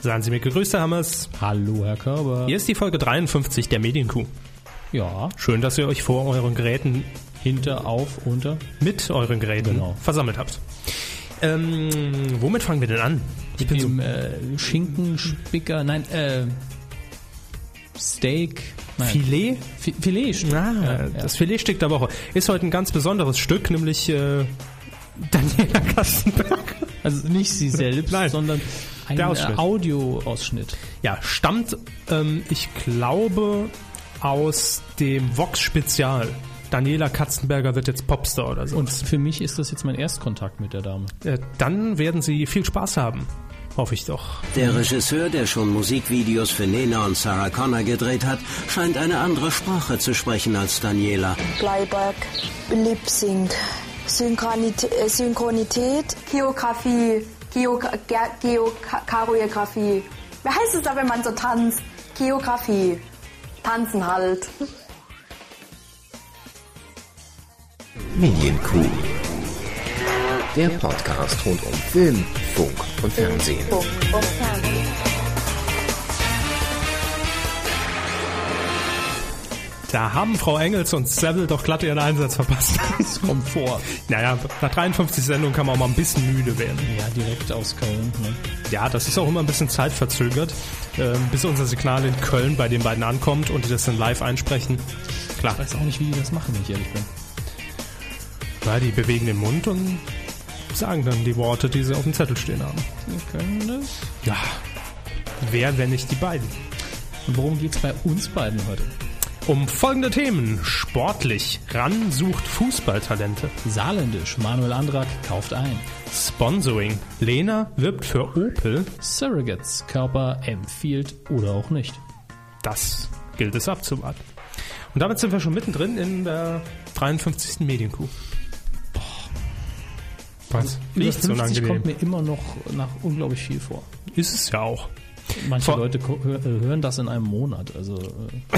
Seien Sie mir gegrüßt, Herr Hammers. Hallo, Herr Körber. Hier ist die Folge 53 der Medienkuh. Ja, Schön, dass ihr euch vor euren Geräten hinter, auf, unter. mit euren Geräten Genau. versammelt habt. Ähm, womit fangen wir denn an? Ich bin so Im äh, Schinkenspicker, nein, äh, Steak. Nein. Filet? Fi- Filet. stimmt. Ah, Ja, das Filetstück der Woche ist heute ein ganz besonderes Stück, nämlich äh, Daniela Kastenberg. Also nicht sie selbst, Nein. sondern ein Der Ausschnitt. äh, Audioausschnitt. Ja, stammt, ähm, ich glaube, aus dem Vox-Spezial. Daniela Katzenberger wird jetzt Popstar oder so. Und für mich ist das jetzt mein Erstkontakt mit der Dame. äh, dann werden sie viel Spaß haben. Hoffe ich doch. Der Regisseur, der schon Musikvideos für Nena und Sarah Connor gedreht hat, scheint eine andere Sprache zu sprechen als Daniela. Playback, Lip Sync, Synchronität, äh, Synchronität Geografie, Geo, Ge Geo Choreografie. Wie heißt es da, wenn man so tanzt? Geografie. Tanzen halt. Medienkuh. Der Podcast rund um Film, Funk und Fernsehen. Da haben Frau Engels und Seville doch glatt ihren Einsatz verpasst. Das kommt vor. naja, nach 53 Sendungen kann man auch mal ein bisschen müde werden. Ja, direkt aus Köln. Ne? Ja, das ist auch immer ein bisschen zeitverzögert, ähm, bis unser Signal in Köln bei den beiden ankommt und die das dann live einsprechen. Klar, Ich weiß auch nicht, wie die das machen, wenn ich ehrlich bin. na, die bewegen den Mund und sagen dann die Worte, die sie auf dem Zettel stehen haben. Die können das. Ja, wer, wenn nicht die beiden? Und worum geht's bei uns beiden heute? Um folgende Themen. Sportlich. RAN sucht Fußballtalente. Saarländisch. Manuel Andrak kauft ein. Sponsoring. Lena wirbt für Opel. Surrogates Körper empfiehlt oder auch nicht. Das gilt es abzuwarten. Und damit sind wir schon mittendrin in der 53. Medienkuh. Was? Über Nicht so 50 unangenehm. kommt mir immer noch nach unglaublich viel vor. Ist es ja auch. Manche Vor- Leute ko- hö- äh, hören das in einem Monat, also äh,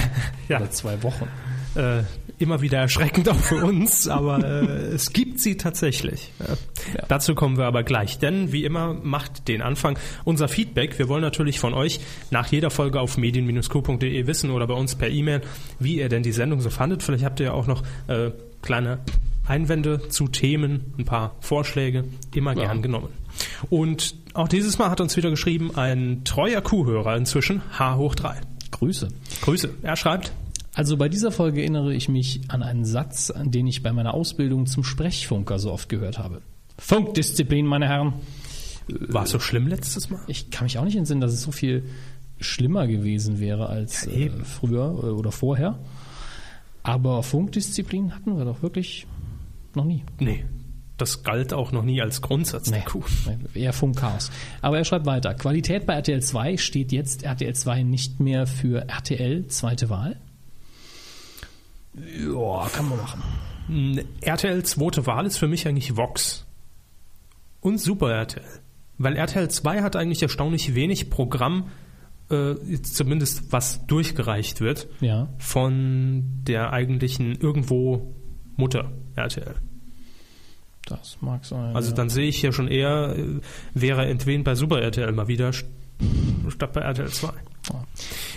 Ja, oder zwei Wochen. äh, immer wieder erschreckend auch für uns, aber äh, es gibt sie tatsächlich. Ja. Ja. Dazu kommen wir aber gleich, denn wie immer macht den Anfang unser Feedback. Wir wollen natürlich von euch nach jeder Folge auf medien-q.de wissen oder bei uns per E-Mail, wie ihr denn die Sendung so fandet. Vielleicht habt ihr ja auch noch äh, kleine Einwände zu Themen, ein paar Vorschläge, immer Ja. gern genommen. Und auch dieses Mal hat uns wieder geschrieben ein treuer Kuhhörer inzwischen, H hoch 3. Grüße. Grüße. Er schreibt, Also bei dieser Folge erinnere ich mich an einen Satz, an den ich bei meiner Ausbildung zum Sprechfunker so oft gehört habe. Funkdisziplin, meine Herren. war es so schlimm letztes Mal? Ich kann mich auch nicht entsinnen, dass es so viel schlimmer gewesen wäre als Ja, äh, eben. früher äh, oder vorher. Aber Funkdisziplin hatten wir doch wirklich noch nie. Nee, das galt auch noch nie als Grundsatz der Kuh. Nee, eher Funkchaos. Aber er schreibt weiter. Qualität bei RTL 2 steht jetzt RTL 2 nicht mehr für RTL zweite Wahl. Ja, kann man machen. Mm, RTL zweite Wahl ist für mich eigentlich Vox. Und Super RTL. Weil RTL 2 hat eigentlich erstaunlich wenig Programm, äh, jetzt zumindest was durchgereicht wird, Ja. von der eigentlichen irgendwo Mutter RTL. Das mag sein. Also ja. dann sehe ich ja schon eher, äh, wäre entwen bei Super RTL mal wieder st- statt bei RTL 2. Ja.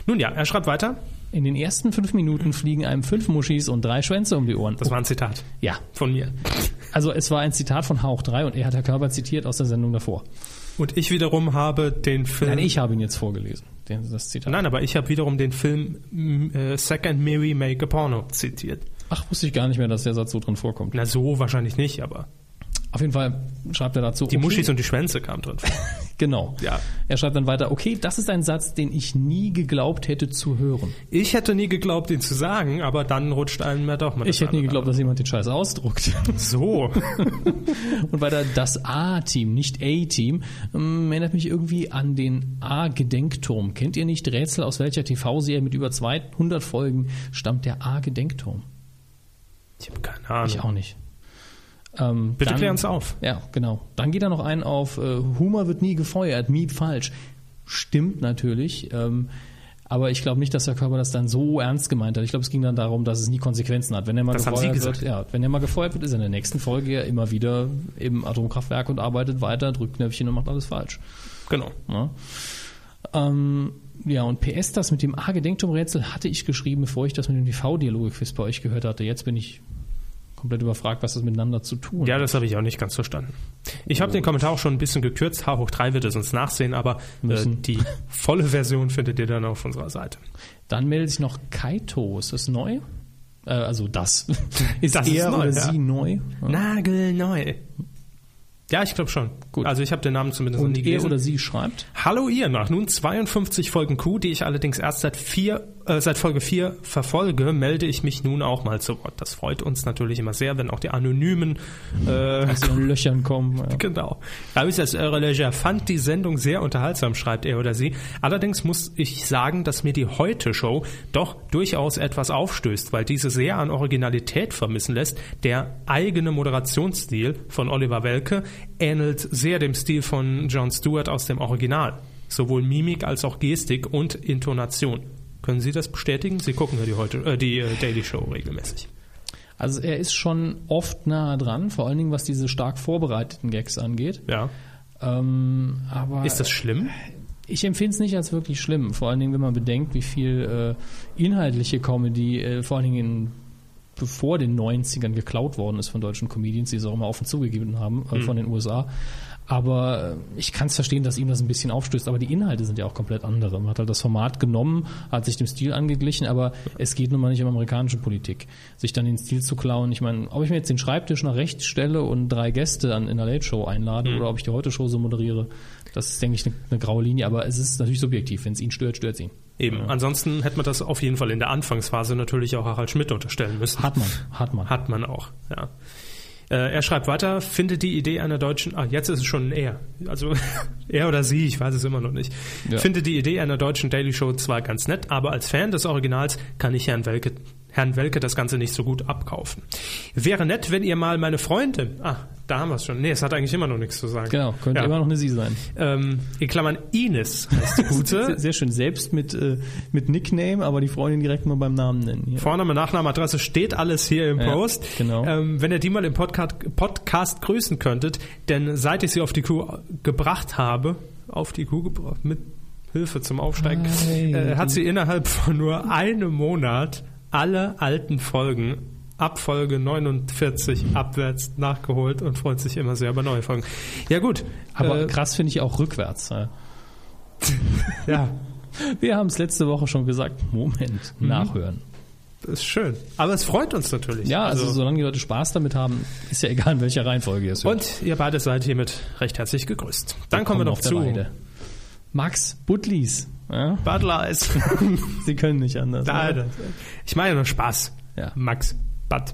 Nun ja, er schreibt weiter. In den ersten fünf Minuten fliegen einem fünf Muschis und drei Schwänze um die Ohren. Das war ein Zitat ja. von mir. Also es war ein Zitat von Hauch 3 und er hat Herr Körber zitiert aus der Sendung davor. Und ich wiederum habe den Film. Nein, ich habe ihn jetzt vorgelesen, den, das Zitat. Ähm. Nein, aber ich habe wiederum den Film m, äh, Second Mary Make a Porno zitiert. Ach, wusste ich gar nicht mehr, dass der Satz so drin vorkommt. Na, so wahrscheinlich nicht, aber Auf jeden Fall schreibt er dazu. die Muschis und die Schwänze kamen drin. vor. Genau. Ja. Er schreibt dann weiter, okay, das ist ein Satz, den ich nie geglaubt hätte zu hören. Ich hätte nie geglaubt, ihn zu sagen, aber dann rutscht einem ja doch mal das Ich hätte nie andere geglaubt, dass jemand den Scheiß ausdruckt. an. So. Und weiter, das A-Team, nicht A-Team, ähm, erinnert mich irgendwie an den A-Gedenkturm. Kennt ihr nicht Rätsel, aus welcher TV-Serie mit über 200 Folgen stammt der A-Gedenkturm? Ich habe keine Ahnung. Ich auch nicht. Ähm, Bitte dann- klär uns auf. Ja, genau. Dann geht er noch ein auf äh, Humor wird nie gefeuert, Miep falsch. Stimmt natürlich, ähm, aber ich glaube nicht, dass der Körper das dann so ernst gemeint hat. Ich glaube, es ging dann darum, dass es nie Konsequenzen hat. Wenn er mal Das haben gefeuert Sie gesagt. wird, ja, wenn er mal gefeuert wird, ist er in der nächsten Folge ja immer wieder im Atomkraftwerk und arbeitet weiter, drückt Knöpfchen und macht alles falsch. Genau. Ne? Ähm, ja, und PS, das mit dem A-Gedenkturmrätsel hatte ich geschrieben, bevor ich das mit dem TV-Dialogquiz bei euch gehört hatte. Jetzt bin ich komplett überfragt, was das miteinander zu tun Ja, das habe ich auch nicht ganz verstanden. Ich habe den Kommentar auch schon ein bisschen gekürzt. H hoch 3 wird es uns nachsehen, aber äh, Müssen. die volle Version findet ihr dann auf unserer Seite. Dann meldet sich noch Kaito. Ist das neu? Äh, also das. Ist Das ist er neu, oder ja. sie neu? Nagelneu. Ja, ich glaube schon. Gut. Also ich habe den Namen zumindest noch Und nie er gelesen. oder sie schreibt. Hallo ihr, nach nun 52 Folgen Q, die ich allerdings erst seit, vier, äh, seit Folge 4 verfolge, melde ich mich nun auch mal zu Wort. Das freut uns natürlich immer sehr, wenn auch die anonymen äh, Aus den Löchern kommen. Ja. Genau. Da ist das eure Leisure. Fand die Sendung sehr unterhaltsam, schreibt er oder sie. Allerdings muss ich sagen, dass mir die Heute-Show doch durchaus etwas aufstößt, weil diese sehr an Originalität vermissen lässt. Der eigene Moderationsstil von Oliver Welke ähnelt sehr dem Stil von Jon Stewart aus dem Original. Sowohl Mimik als auch Gestik und Intonation. Können Sie das bestätigen? Sie gucken ja die, heute, äh, die äh, Daily Show regelmäßig. Also er ist schon oft nah dran, vor allen Dingen was diese stark vorbereiteten Gags angeht. Ja. Ähm, aber Ist das schlimm? ich empfinde es nicht als wirklich schlimm, vor allen Dingen wenn man bedenkt, wie viel äh, inhaltliche Comedy äh, vor allen Dingen in, bevor den 90ern geklaut worden ist von deutschen Comedians, die es auch immer offen zugegeben haben äh, von den USA. Aber äh, ich kann es verstehen, dass ihm das ein bisschen aufstößt, aber die Inhalte sind ja auch komplett andere. Man hat halt das Format genommen, hat sich dem Stil angeglichen, aber es geht nun mal nicht um amerikanische Politik. Sich dann den Stil zu klauen, ich meine, ob ich mir jetzt den Schreibtisch nach rechts stelle und drei Gäste an, in der Late Show einlade oder ob ich die Heute-Show so moderiere, das ist, denke ich, eine, eine graue Linie, aber es ist natürlich subjektiv. Wenn es ihn stört, stört es ihn. Eben. Ansonsten hätte man das auf jeden Fall in der Anfangsphase natürlich auch Harald Schmidt unterstellen müssen. Hat man, hat man. Hat man auch, ja. Äh, er schreibt weiter, finde die Idee einer deutschen, ah, jetzt ist es schon ein er, also er oder sie, ich weiß es immer noch nicht. Ja. Finde die Idee einer deutschen Daily Show zwar ganz nett, aber als Fan des Originals kann ich Herrn Welke, Herrn Welke das Ganze nicht so gut abkaufen. Wäre nett, wenn ihr mal meine Freunde, ah, da haben wir es schon, nee, es hat eigentlich immer noch nichts zu sagen. Genau, könnte ja. immer noch eine Sie sein. Ähm, in Klammern Ines heißt die gute, Sehr, sehr schön, selbst mit, äh, mit Nickname, aber die Freundin direkt mal beim Namen nennen. Hier. Vorname, Nachname, Adresse steht alles hier im Ja, Post. genau. Ähm, wenn ihr die mal im Podcast, Podcast grüßen könntet, denn seit ich sie auf die Kuh gebracht habe, auf die Kuh gebracht, mit Hilfe zum Aufsteigen, Hey. äh, hat sie innerhalb von nur einem Monat alle alten Folgen ab Folge 49 abwärts nachgeholt und freut sich immer sehr über neue Folgen. Ja gut, Aber äh, krass finde ich auch rückwärts. Ja. ja, Wir haben es letzte Woche schon gesagt, Moment, nachhören. das ist schön. Aber es freut uns natürlich. Ja, also, solange die Leute Spaß damit haben, ist ja egal, in welcher Reihenfolge ihr es hört. und ihr beide seid hiermit recht herzlich gegrüßt. Dann kommen wir noch auf der zu Weide. Max Butlis. Ja? Bud Lies. Sie können nicht anders. Nein, ich meine nur Spaß. Ja. Max, Bud.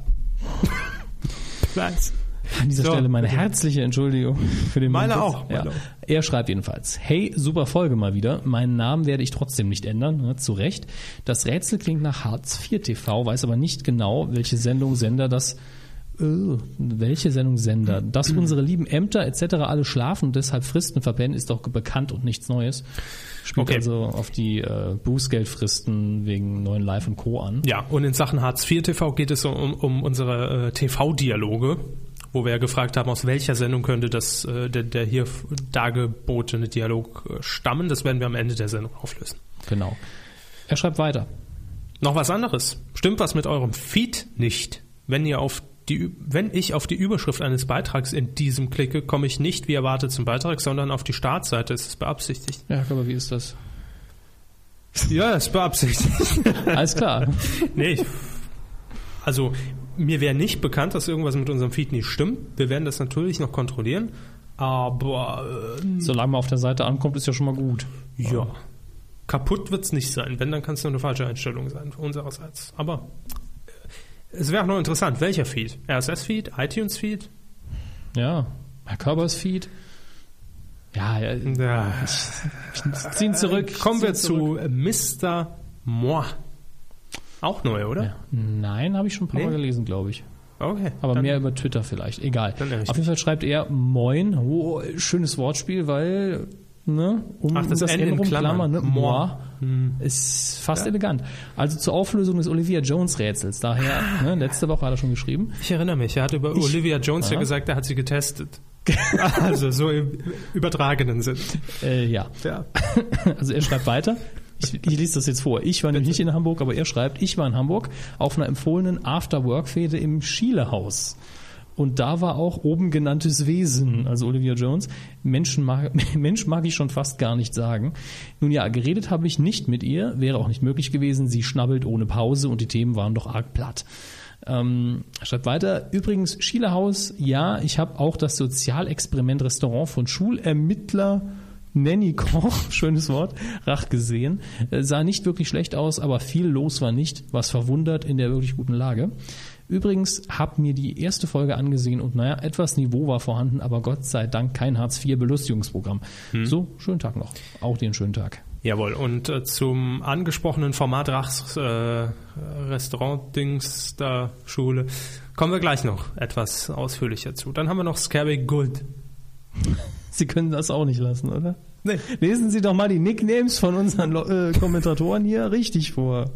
Lies. An dieser So, Stelle meine bitte. herzliche Entschuldigung für den Meine Moment. auch, Ja. meine auch. Er schreibt jedenfalls: Hey, super Folge mal wieder. Meinen Namen werde ich trotzdem nicht ändern, ne, zu Recht. Das Rätsel klingt nach Hartz IV TV, weiß aber nicht genau, welche Sendung Sender das. Äh, welche Sendung Sender? Dass unsere lieben Ämter etc. alle schlafen und deshalb Fristen verpennen, ist doch bekannt und nichts Neues. Spielt Okay. also auf die äh, Bußgeldfristen wegen neuen Live und Co. an. Ja, und in Sachen Hartz IV TV geht es um, um unsere äh, TV-Dialoge, wo wir ja gefragt haben, aus welcher Sendung könnte das, äh, der, der hier f- dargebotene Dialog äh, stammen. Das werden wir am Ende der Sendung auflösen. Genau. Er schreibt weiter. Noch was anderes. Stimmt was mit eurem Feed nicht? Wenn ihr auf die, Ü- wenn ich auf die Überschrift eines Beitrags in diesem klicke, komme ich nicht wie erwartet zum Beitrag, sondern auf die Startseite. Ist es beabsichtigt? Ja, aber wie ist das? Ja, ist beabsichtigt. Alles klar. Nee, ich, also mir wäre nicht bekannt, dass irgendwas mit unserem Feed nicht stimmt. Wir werden das natürlich noch kontrollieren, aber Solange man auf der Seite ankommt, ist ja schon mal gut. äh, ja. Kaputt wird's nicht sein. Wenn, dann kann es nur eine falsche Einstellung sein, unsererseits. Aber äh, es wäre auch noch interessant, welcher Feed? RSS-Feed? iTunes-Feed? Ja. Herr Körbers Feed. Ja, ja. Ja. Ziehen zurück. Kommen wir ziehen zurück. zu Mr. Moi. Auch neu, oder? Ja. Nein, habe ich schon ein paar Nee. Mal gelesen, glaube ich. Okay. Aber dann- mehr über Twitter vielleicht. Egal. Dann ehrlich. Auf jeden Fall schreibt er Moin. Oh, schönes Wortspiel, weil ne, um Ach, das N in Hm. Klammern. ne, Moi. Moi ist fast elegant. Also zur Auflösung des Olivia Jones Rätsels. Daher, ne, letzte Woche hat er schon geschrieben. Ich erinnere mich, er hat über Olivia Jones ja gesagt, er hat sie getestet. Also so im übertragenen Sinn. Äh, ja. Ja. Also er schreibt weiter. Ich, ich lese das jetzt vor. Ich war nämlich nicht in Hamburg, aber er schreibt, ich war in Hamburg auf einer empfohlenen After-Work-Fehde im Schielehaus. Und da war auch oben genanntes Wesen, also Olivia Jones. Menschen mag, Mensch mag ich schon fast gar nicht sagen. Nun ja, geredet habe ich nicht mit ihr, wäre auch nicht möglich gewesen. Sie schnabbelt ohne Pause und die Themen waren doch arg platt. Ähm, schreibt weiter. Übrigens, Schielehaus, ja, ich habe auch das Sozialexperiment-Restaurant von Schulermittler Nanny Koch, schönes Wort, Rach gesehen. Äh, sah nicht wirklich schlecht aus, aber viel los war nicht, was verwundert in der wirklich guten Lage. Übrigens habe mir die erste Folge angesehen und naja, etwas Niveau war vorhanden, aber Gott sei Dank kein Hartz-IV-Belustigungsprogramm. So, schönen Tag noch. Auch den schönen Tag. Jawohl, und äh, zum angesprochenen Format Rachs äh, Restaurant-Dings da Schule kommen wir gleich noch etwas ausführlicher zu. Dann haben wir noch Scary Gold. Sie können das auch nicht lassen, oder? Nee. Lesen Sie doch mal die Nicknames von unseren Lo- äh, Kommentatoren hier richtig vor.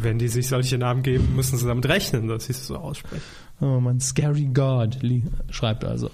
Wenn die sich solche Namen geben, müssen sie damit rechnen, dass sie es so aussprechen. Oh man, Scary God li- schreibt also.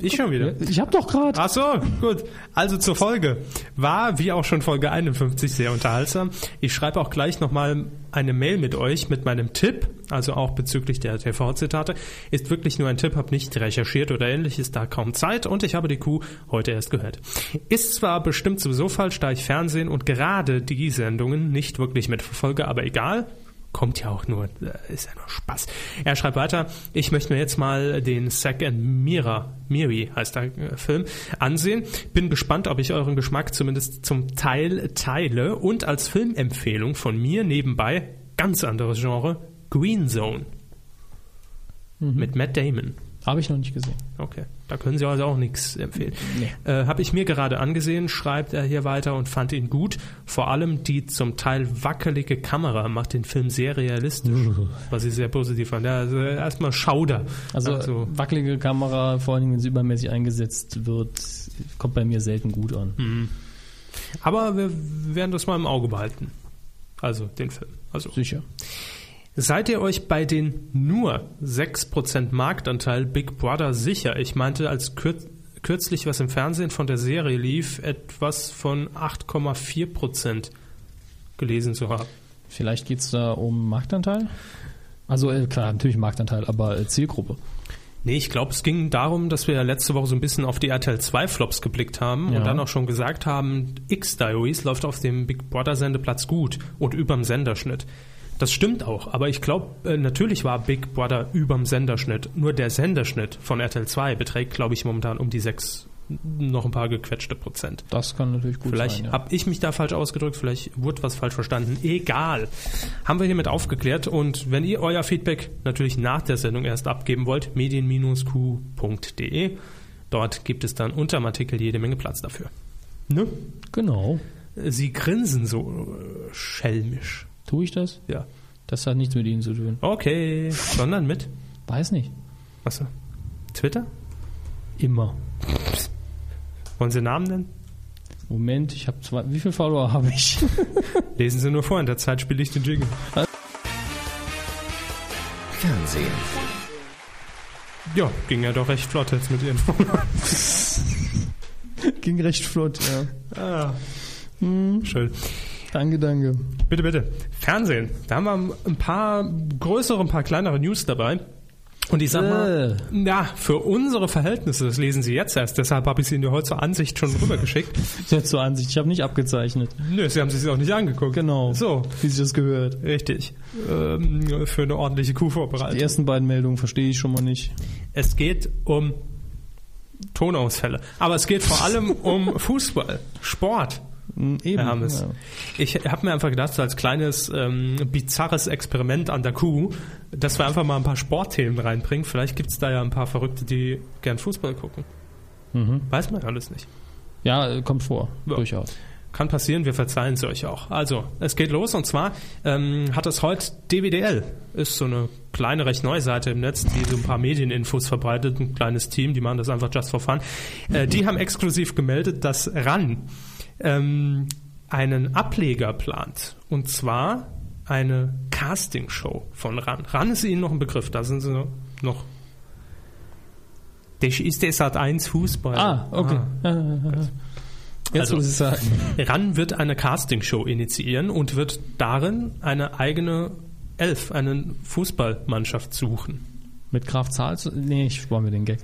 Ich schon wieder. Ich hab doch gerade. Ach so, gut. Also zur Folge. War, wie auch schon Folge 51, sehr unterhaltsam. Ich schreibe auch gleich nochmal eine Mail mit euch, mit meinem Tipp, also auch bezüglich der TV-Zitate. Ist wirklich nur ein Tipp, hab nicht recherchiert oder ähnliches, da kaum Zeit und ich habe die Kuh heute erst gehört. Ist zwar bestimmt sowieso falsch, da ich Fernsehen und gerade die Sendungen nicht wirklich mitverfolge, aber egal, Kommt ja auch nur, äh, ist ja nur Spaß. Er schreibt weiter, ich möchte mir jetzt mal den Zack and Mira, Miri heißt der äh, Film, ansehen. Bin gespannt, ob ich euren Geschmack zumindest zum Teil teile und als Filmempfehlung von mir nebenbei, ganz anderes Genre, Green Zone. Mit Matt Damon. Habe ich noch nicht gesehen. Okay, da können Sie also auch nichts empfehlen. Äh, Habe ich mir gerade angesehen, schreibt er hier weiter und fand ihn gut. Vor allem die zum Teil wackelige Kamera macht den Film sehr realistisch, was ich sehr positiv fand. Ja, also erstmal Schauder. Also, äh, wackelige Kamera, vor allem wenn sie übermäßig eingesetzt wird, kommt bei mir selten gut an. aber wir werden das mal im Auge behalten. Also den Film. Also Sicher. Seid ihr euch bei den nur 6% Marktanteil Big Brother sicher? Ich meinte, als kür kürzlich was im Fernsehen von der Serie lief, etwas von 8,4% gelesen zu haben. Vielleicht geht's da um Marktanteil? Also äh, klar, natürlich Marktanteil, aber äh, Zielgruppe. Nee, ich glaube, es ging darum, dass wir ja letzte Woche so ein bisschen auf die RTL 2 Flops geblickt haben Ja. und dann auch schon gesagt haben, X-Diaries läuft auf dem Big Brother Sendeplatz gut und überm Senderschnitt. Das stimmt auch, aber ich glaube, äh, natürlich war Big Brother überm Senderschnitt. Nur der Senderschnitt von RTL 2 beträgt, glaube ich, momentan um die sechs, noch ein paar gequetschte Prozent. Das kann natürlich gut Vielleicht sein. ja. habe ich mich da falsch ausgedrückt, vielleicht wurde was falsch verstanden. Egal. Haben wir hiermit aufgeklärt und wenn ihr euer Feedback natürlich nach der Sendung erst abgeben wollt, medien-q.de. Dort gibt es dann unter dem Artikel jede Menge Platz dafür. Ne? Genau. Sie grinsen so äh, schelmisch. Tue ich das? Ja. Das hat nichts mit Ihnen zu tun. Okay, sondern mit Weiß nicht. was? Twitter? Immer. Wollen Sie Namen nennen? Moment, ich habe zwei. Wie viele Follower habe ich? Lesen Sie nur vor, in der Zeit spiele ich den Jingle. Fernsehen. Ja, ging ja doch recht flott jetzt mit Ihren Ging recht flott, ja. ah. Schön. Danke, danke. Bitte, bitte. Fernsehen. Da haben wir ein paar größere, ein paar kleinere News dabei. Und ich sag mal, ja, für unsere Verhältnisse, das lesen Sie jetzt erst, deshalb habe ich Sie Ihnen ja heute zur Ansicht schon rübergeschickt. Ja, zur Ansicht, ich habe nicht abgezeichnet. Nö, Sie haben sich das auch nicht angeguckt. Genau. So, Wie sich das gehört. richtig. Ähm, für eine ordentliche Die Kuhvorbereitung. ersten beiden Meldungen verstehe ich schon mal nicht. Es geht um Tonausfälle. Aber es geht vor allem um Fußball, Sport. Hm, Eben. Herr Hammes. ja. Ich habe mir einfach gedacht, so als kleines ähm, bizarres Experiment an der Kuh, dass wir einfach mal ein paar Sportthemen reinbringen. Vielleicht gibt es da ja ein paar Verrückte, die gern Fußball gucken. Weiß man ja alles nicht. Ja, äh, kommt vor. Ja. Durchaus. Kann passieren, wir verzeihen es euch auch. Also, es geht los und zwar ähm, hat es heute DWDL. Ist so eine kleine, recht neue Seite im Netz, die so ein paar Medieninfos verbreitet. Ein kleines Team, die machen das einfach just for fun. Äh, die haben exklusiv gemeldet, dass RAN ähm, einen Ableger plant. Und zwar eine Castingshow von RAN. RAN ist Ihnen noch ein Begriff, da sind Sie noch Das ist der Sat 1 Fußball. Ah, okay. Jetzt Also- muss ich sagen. RAN wird eine Castingshow initiieren und wird darin eine eigene Elf, eine Fußballmannschaft suchen. Mit Graf Zahl? zu- Nee, ich spare mir den Gag.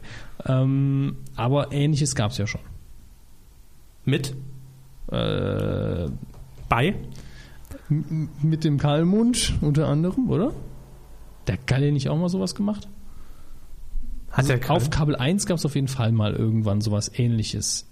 Ähm, aber ähnliches gab es ja schon. Mit, Äh, bei, mit dem Kalmund unter anderem, oder? Der Galle nicht auch mal sowas gemacht? hat er Auf Kabel 1 gab es auf jeden Fall mal irgendwann sowas ähnliches.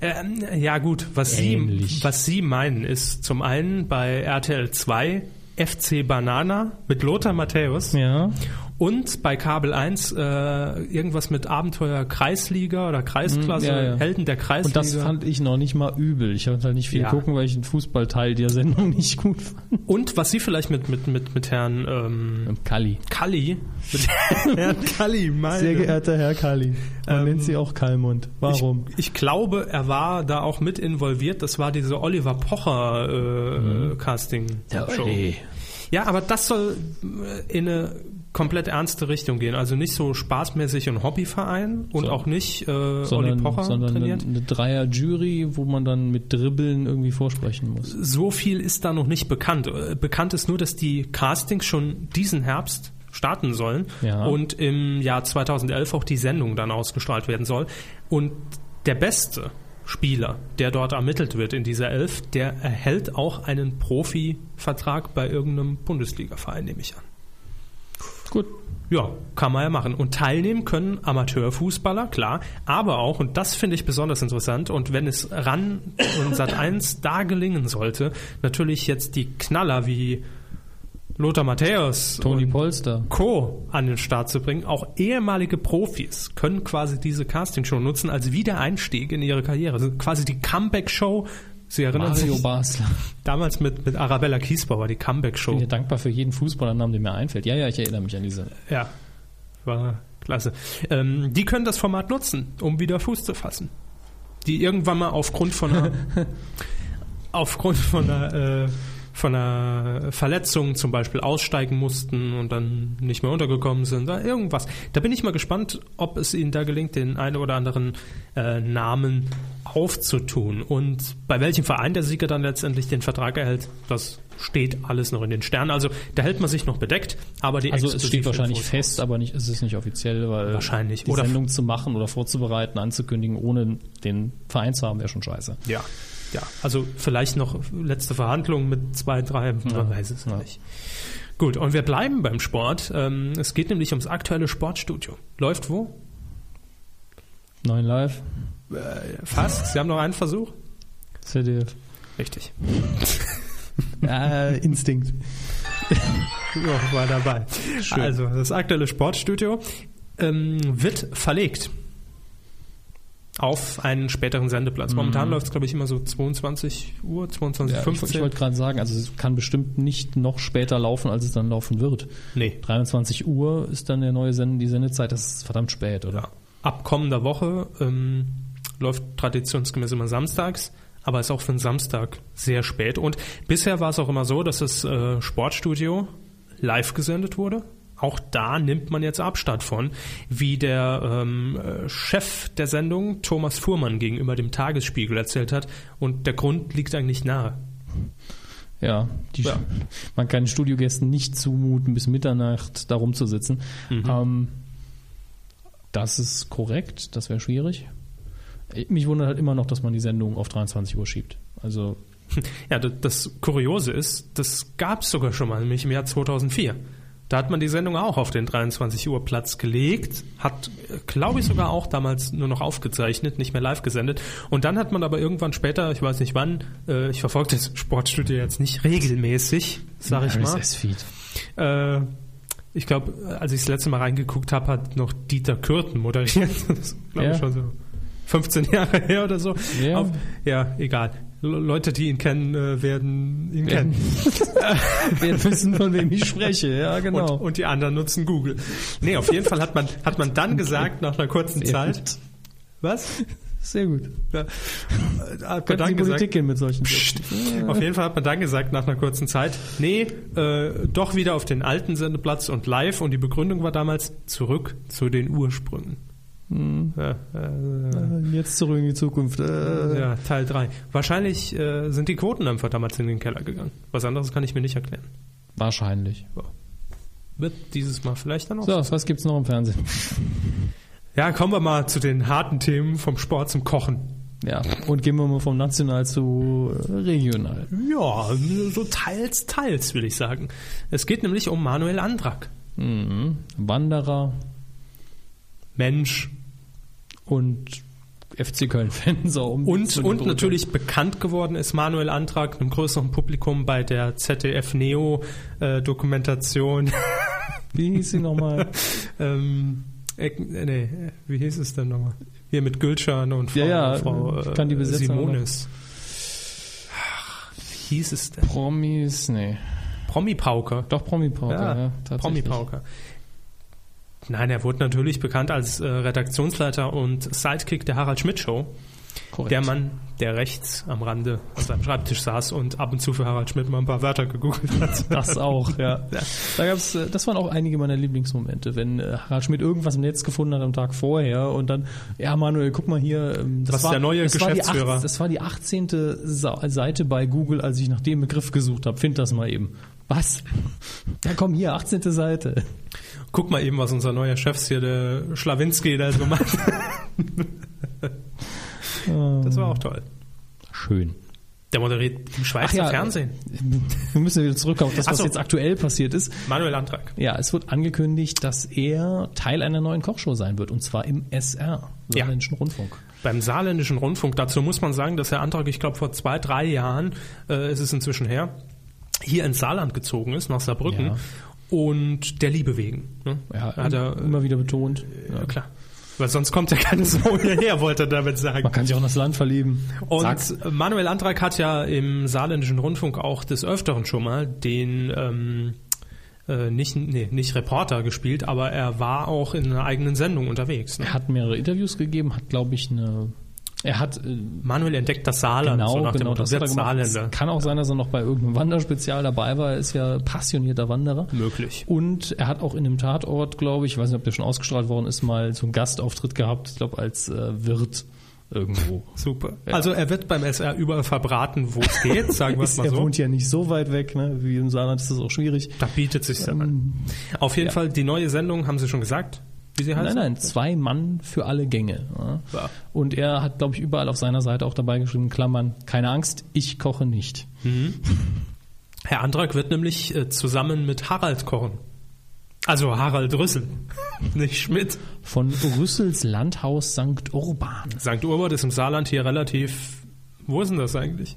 Ähm, ja gut, was Sie, Ähnlich. was Sie meinen ist zum einen bei RTL 2 FC Banana mit Lothar Matthäus Ja. und bei Kabel 1 äh, irgendwas mit Abenteuer Kreisliga oder Kreisklasse, Mhm, ja, ja. Helden der Kreisliga. Und das fand ich noch nicht mal übel. Ich habe halt nicht viel Ja. gucken, weil ich den Fußballteil der Sendung nicht gut fand. Und was Sie vielleicht mit, mit, mit, mit Herrn ähm, Kalli. Kalli, mit Herrn Kalli meinen. Sehr geehrter Herr Kalli. Man nennt sie auch Kalmund. Warum? Ich, ich glaube, er war da auch mit involviert. Das war diese Oliver Pocher äh, Mhm. äh, Casting. Ja, aber das soll äh, in eine komplett ernste Richtung gehen. Also nicht so spaßmäßig ein Hobbyverein und So. auch nicht äh, Olli sondern, Pocher sondern eine, trainiert. eine Dreier-Jury, wo man dann mit Dribbeln irgendwie vorsprechen muss. so viel ist da noch nicht bekannt. Äh, Bekannt ist nur, dass die Castings schon diesen Herbst starten sollen Ja. und im Jahr 2011 auch die Sendung dann ausgestrahlt werden soll. Und der beste Spieler, der dort ermittelt wird in dieser Elf, der erhält auch einen Profivertrag bei irgendeinem Bundesligaverein, nehme ich an. Gut. Ja, kann man ja machen. Und teilnehmen können Amateurfußballer, klar, aber auch, und das finde ich besonders interessant, und wenn es RAN und Sat1 da gelingen sollte, natürlich jetzt die Knaller wie Lothar Matthäus Toni und Polster. Co. an den Start zu bringen, auch ehemalige Profis können quasi diese Castingshow nutzen als Wiedereinstieg in ihre Karriere. Also quasi die Comeback-Show. Sie erinnern Mario sich Basler. damals mit, mit Arabella Kiesbauer, die Ich Comeback-Show. bin ja dankbar für jeden Fußballernamen, der mir einfällt. Ja, ja, ich erinnere mich an diese. Ja, war klasse. Ähm, die können das Format nutzen, um wieder Fuß zu fassen. Die irgendwann mal aufgrund von einer, aufgrund von einer, äh, von einer Verletzung zum Beispiel aussteigen mussten und dann nicht mehr untergekommen sind, da irgendwas. Da bin ich mal gespannt, ob es ihnen da gelingt, den einen oder anderen äh, Namen aufzutun. Und bei welchem Verein der Sieger dann letztendlich den Vertrag erhält, das steht alles noch in den Sternen. Also da hält man sich noch bedeckt, aber die Also es exklusiven steht wahrscheinlich Infos- fest, aber nicht, es ist nicht offiziell, weil Wahrscheinlich. die Oder- Sendung zu machen oder vorzubereiten, anzukündigen, ohne den Verein zu haben, wäre schon scheiße. Ja, ja. Also vielleicht noch letzte Verhandlungen mit zwei, drei, man weiß es ja. nicht. Gut, und wir bleiben beim Sport. Ähm, Es geht nämlich ums aktuelle Sportstudio. Läuft wo? Neun Live, Fast. Sie haben noch einen Versuch? ZDF. Richtig. Äh, Instinkt. Ja, war dabei. Also, das aktuelle Sportstudio ähm, wird verlegt auf einen späteren Sendeplatz. Momentan läuft es, glaube ich, immer so 22 Uhr, 22.15 Mhm. Ja, ich ich Uhr. wollte gerade sagen, also es kann bestimmt nicht noch später laufen, als es dann laufen wird. Nee. 23 Uhr ist dann der neue Send die Sendezeit, das ist verdammt spät, oder? Ja. Ab kommender Woche ähm, läuft traditionsgemäß immer samstags, aber ist auch für den Samstag sehr spät. Und bisher war es auch immer so, dass das äh, Sportstudio live gesendet wurde. Auch da nimmt man jetzt Abstand von, wie der ähm, äh, Chef der Sendung Thomas Fuhrmann gegenüber dem Tagesspiegel erzählt hat. Und der Grund liegt eigentlich nahe. Ja, die, Ja. man kann den Studiogästen nicht zumuten, bis Mitternacht da rumzusitzen. Mhm. Ähm, das ist korrekt, das wäre schwierig. Ich- Mich wundert halt immer noch, dass man die Sendung auf 23 Uhr schiebt. Also, Ja, das, das Kuriose ist, das gab es sogar schon mal, nämlich im Jahr 2004. Da hat man die Sendung auch auf den 23 Uhr Platz gelegt, hat, glaube ich, sogar auch damals nur noch aufgezeichnet, nicht mehr live gesendet. Und dann hat man aber irgendwann später, ich weiß nicht wann, äh, ich verfolge das Sportstudio jetzt nicht regelmäßig, sage ich mal. RSS-Feed. Äh, ich glaube, als ich das letzte Mal reingeguckt habe, hat noch Dieter Kürten moderiert. Das glaube Ja. ich schon so 15 Jahre her oder so. Ja. ja egal. Le- Leute, die ihn kennen, äh, werden ihn kennen. Wir wissen, von wem ich spreche, ja, genau. Und, und die anderen nutzen Google. Nee, auf jeden Fall hat man, hat man dann gesagt, nach einer kurzen Zeit. Was? Sehr gut. Ja. Hat man Könnte dann die Politik gesagt, gehen mit solchen Sätzen. auf jeden Fall hat man dann gesagt nach einer kurzen Zeit, nee, äh, doch wieder auf den alten Sendeplatz und live. Und die Begründung war damals zurück zu den Ursprüngen. Hm. Ja, äh, Jetzt zurück in die Zukunft. Äh, ja, Teil 3. Wahrscheinlich äh, sind die Quoten einfach damals in den Keller gegangen. Was anderes kann ich mir nicht erklären. Wahrscheinlich. Wird dieses Mal vielleicht dann auch So, was gibt's noch im Fernsehen? Ja, kommen wir mal zu den harten Themen vom Sport zum Kochen. Ja, und gehen wir mal vom National zu äh, regional. Ja, so teils, teils, will ich sagen. Es geht nämlich um Manuel Andrak. Wanderer Mensch. und FC Köln-Fan. So, um Und, zu den und Berufen. natürlich bekannt geworden ist Manuel Andrak einem größeren Publikum bei der äh, ZDF-Neo-Dokumentation. Wie hieß sie nochmal? ähm, Eck- äh, nee, äh, wie hieß es denn nochmal? Hier mit Gülcan und Frau, Ja, ja, Frau äh, ich kann die Besetzung Simonis. Ach, Wie hieß es denn? Promis, nee. Promi-Pauker. Doch, Promi-Pauker. Ja, tatsächlich. Promi-Pauker. Nein, er wurde natürlich bekannt als äh, Redaktionsleiter und Sidekick der Harald Schmidt Show. Korrekt. Der Mann, der rechts am Rande an seinem Schreibtisch saß und ab und zu für Harald Schmidt mal ein paar Wörter gegoogelt hat. Das auch, ja. Da gab's, äh, das waren auch einige meiner Lieblingsmomente, wenn äh, Harald Schmidt irgendwas im Netz gefunden hat am Tag vorher und dann, ja Manuel, guck mal hier, ähm, das Was ist der neue das War die Geschäftsführer? acht- das war die 18. Sa Seite bei Google, als ich nach dem Begriff gesucht habe. Find das mal eben. Was? Ja komm hier, 18. Seite. Guck mal eben, was unser neuer Chef hier, der Schlawinski, da so macht. das war auch toll. Schön. Der moderiert im Schweizer Fernsehen. äh, Wir müssen wieder zurückkommen auf das, Ach was so. jetzt aktuell passiert ist. Manuel Antrag. Ja, es wird angekündigt, dass er Teil einer neuen Kochshow sein wird und zwar im SR, Ja. Saarländischen Rundfunk. Beim saarländischen Rundfunk, dazu muss man sagen, dass der Antrag, ich glaube, vor zwei, drei Jahren, äh, ist es inzwischen her, hier ins Saarland gezogen ist, nach Saarbrücken. Ja. Und der Liebe wegen. Ne? Ja, Hat er, äh, immer wieder betont. ja, klar. Weil sonst kommt ja keine Sau hierher, wollte er damit sagen. Man kann sich auch in das Land verlieben. Und Sag's. Manuel Antrag hat ja im saarländischen Rundfunk auch des Öfteren schon mal den ähm, äh, nicht, nee, nicht Reporter gespielt, aber er war auch in einer eigenen Sendung unterwegs. Ne? Er hat mehrere Interviews gegeben, hat, glaube ich, eine. Er hat äh, Manuel entdeckt das Saarland, genau, so nach dem genau Motto, das hat er "Wird gemacht. Saarländer. Es kann auch sein, dass er noch bei irgendeinem Wanderspezial dabei war. Er ist ja passionierter Wanderer. Möglich. Und er hat auch in dem Tatort, glaube ich, ich weiß nicht, ob der schon ausgestrahlt worden ist, mal so einen Gastauftritt gehabt, ich glaube, als äh, Wirt irgendwo. Super. Also er wird beim SR überall verbraten, wo es geht, sagen wir es Ist, mal er so. wohnt ja nicht so weit weg, ne? wie im Saarland ist das auch schwierig. Ähm, Da bietet sich an. Auf jeden Fall, die neue Sendung, haben Sie schon gesagt, wie sie heißt? Nein, nein, zwei Mann für alle Gänge. Ja. Ja. Und er hat, glaube ich, überall auf seiner Seite auch dabei geschrieben, Klammern, keine Angst, ich koche nicht. Herr Antrag wird nämlich äh, zusammen mit Harald kochen. Also Harald Rüssel, nicht Schmidt. Von Rüssels Landhaus St. Urban. St. Urbert ist im Saarland hier relativ. Wo ist denn das eigentlich?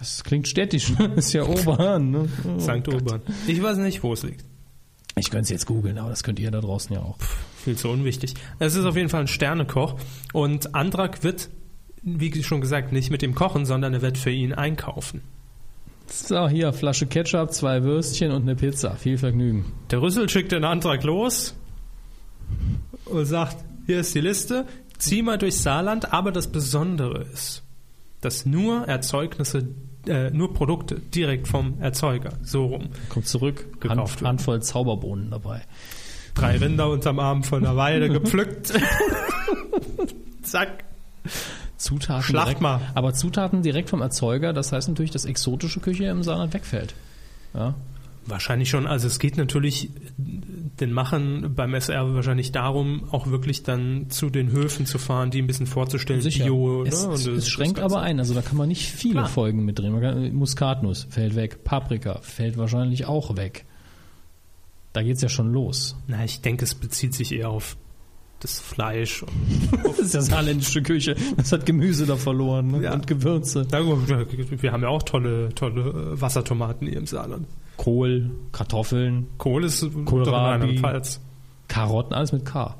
Das klingt städtisch, ne? ist ja Urban. Ne? St. Urbert. Ich weiß nicht, wo es liegt. Ich könnte es jetzt googeln, aber das könnt ihr da draußen ja auch. Viel zu unwichtig. Es ist auf jeden Fall ein Sternekoch und Andrak wird, wie schon gesagt, nicht mit ihm kochen, sondern er wird für ihn einkaufen. So, hier, Flasche Ketchup, zwei Würstchen und eine Pizza. Viel Vergnügen. Der Rüssel schickt den Antrag los und sagt, hier ist die Liste, zieh mal durch Saarland, aber das Besondere ist, dass nur Erzeugnisse, äh, nur Produkte direkt vom Erzeuger, so rum. Kommt zurück, Gekauft Hand, wird. Handvoll Zauberbohnen dabei. Drei Rinder unterm Arm von der Weide gepflückt. Zack. Zutaten Schlacht direkt, mal. Aber Zutaten direkt vom Erzeuger, das heißt natürlich, dass exotische Küche im Saarland wegfällt. Ja, Wahrscheinlich schon. Also es geht natürlich den Machern beim SR wahrscheinlich darum, auch wirklich dann zu den Höfen zu fahren, die ein bisschen vorzustellen. sicher. Bio. es, ne? es, Und das- es schränkt das Ganze. aber ein, also da kann man nicht viele Klar. Folgen mitdrehen. Man kann, Muskatnuss fällt weg, Paprika fällt wahrscheinlich auch weg. Da geht's ja schon los. Na, ich denke, es bezieht sich eher auf das Fleisch. Und Das ist ja saarländische Küche. Das hat Gemüse da verloren ne? Ja. und Gewürze. Na gut, wir haben ja auch tolle, tolle äh, Wassertomaten hier im Saarland. Kohl, Kartoffeln, Kohl ist Kohlrabi. Pfalz. Karotten, alles mit K.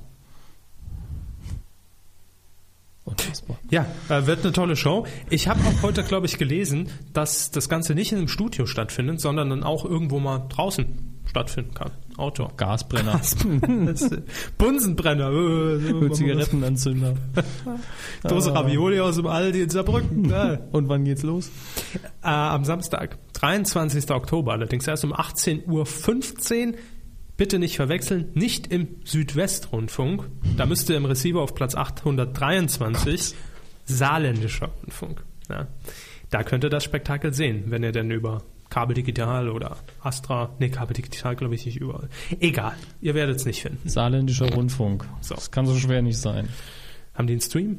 Unfassbar. Ja, äh, wird eine tolle Show. Ich habe auch heute, glaube ich, gelesen, dass das Ganze nicht in einem Studio stattfindet, sondern dann auch irgendwo mal draußen stattfinden kann. Outdoor. Gasbrenner, Bunsenbrenner. Äh, Zigarettenanzünder. Dose Ravioli aus dem Aldi in Saarbrücken. Äh, Und wann geht's los? am Samstag, 23. Oktober allerdings, erst um 18.15 Uhr. Bitte nicht verwechseln, nicht im Südwestrundfunk. Da müsste im Receiver auf Platz 823 saarländischer Rundfunk. Ja. Da könnt ihr das Spektakel sehen, wenn ihr denn über Kabel Digital oder Astra, nee, Kabel Digital glaube ich nicht überall. Egal, ihr werdet es nicht finden. Saarländischer Rundfunk. So. Das kann so schwer nicht sein. Haben die einen Stream?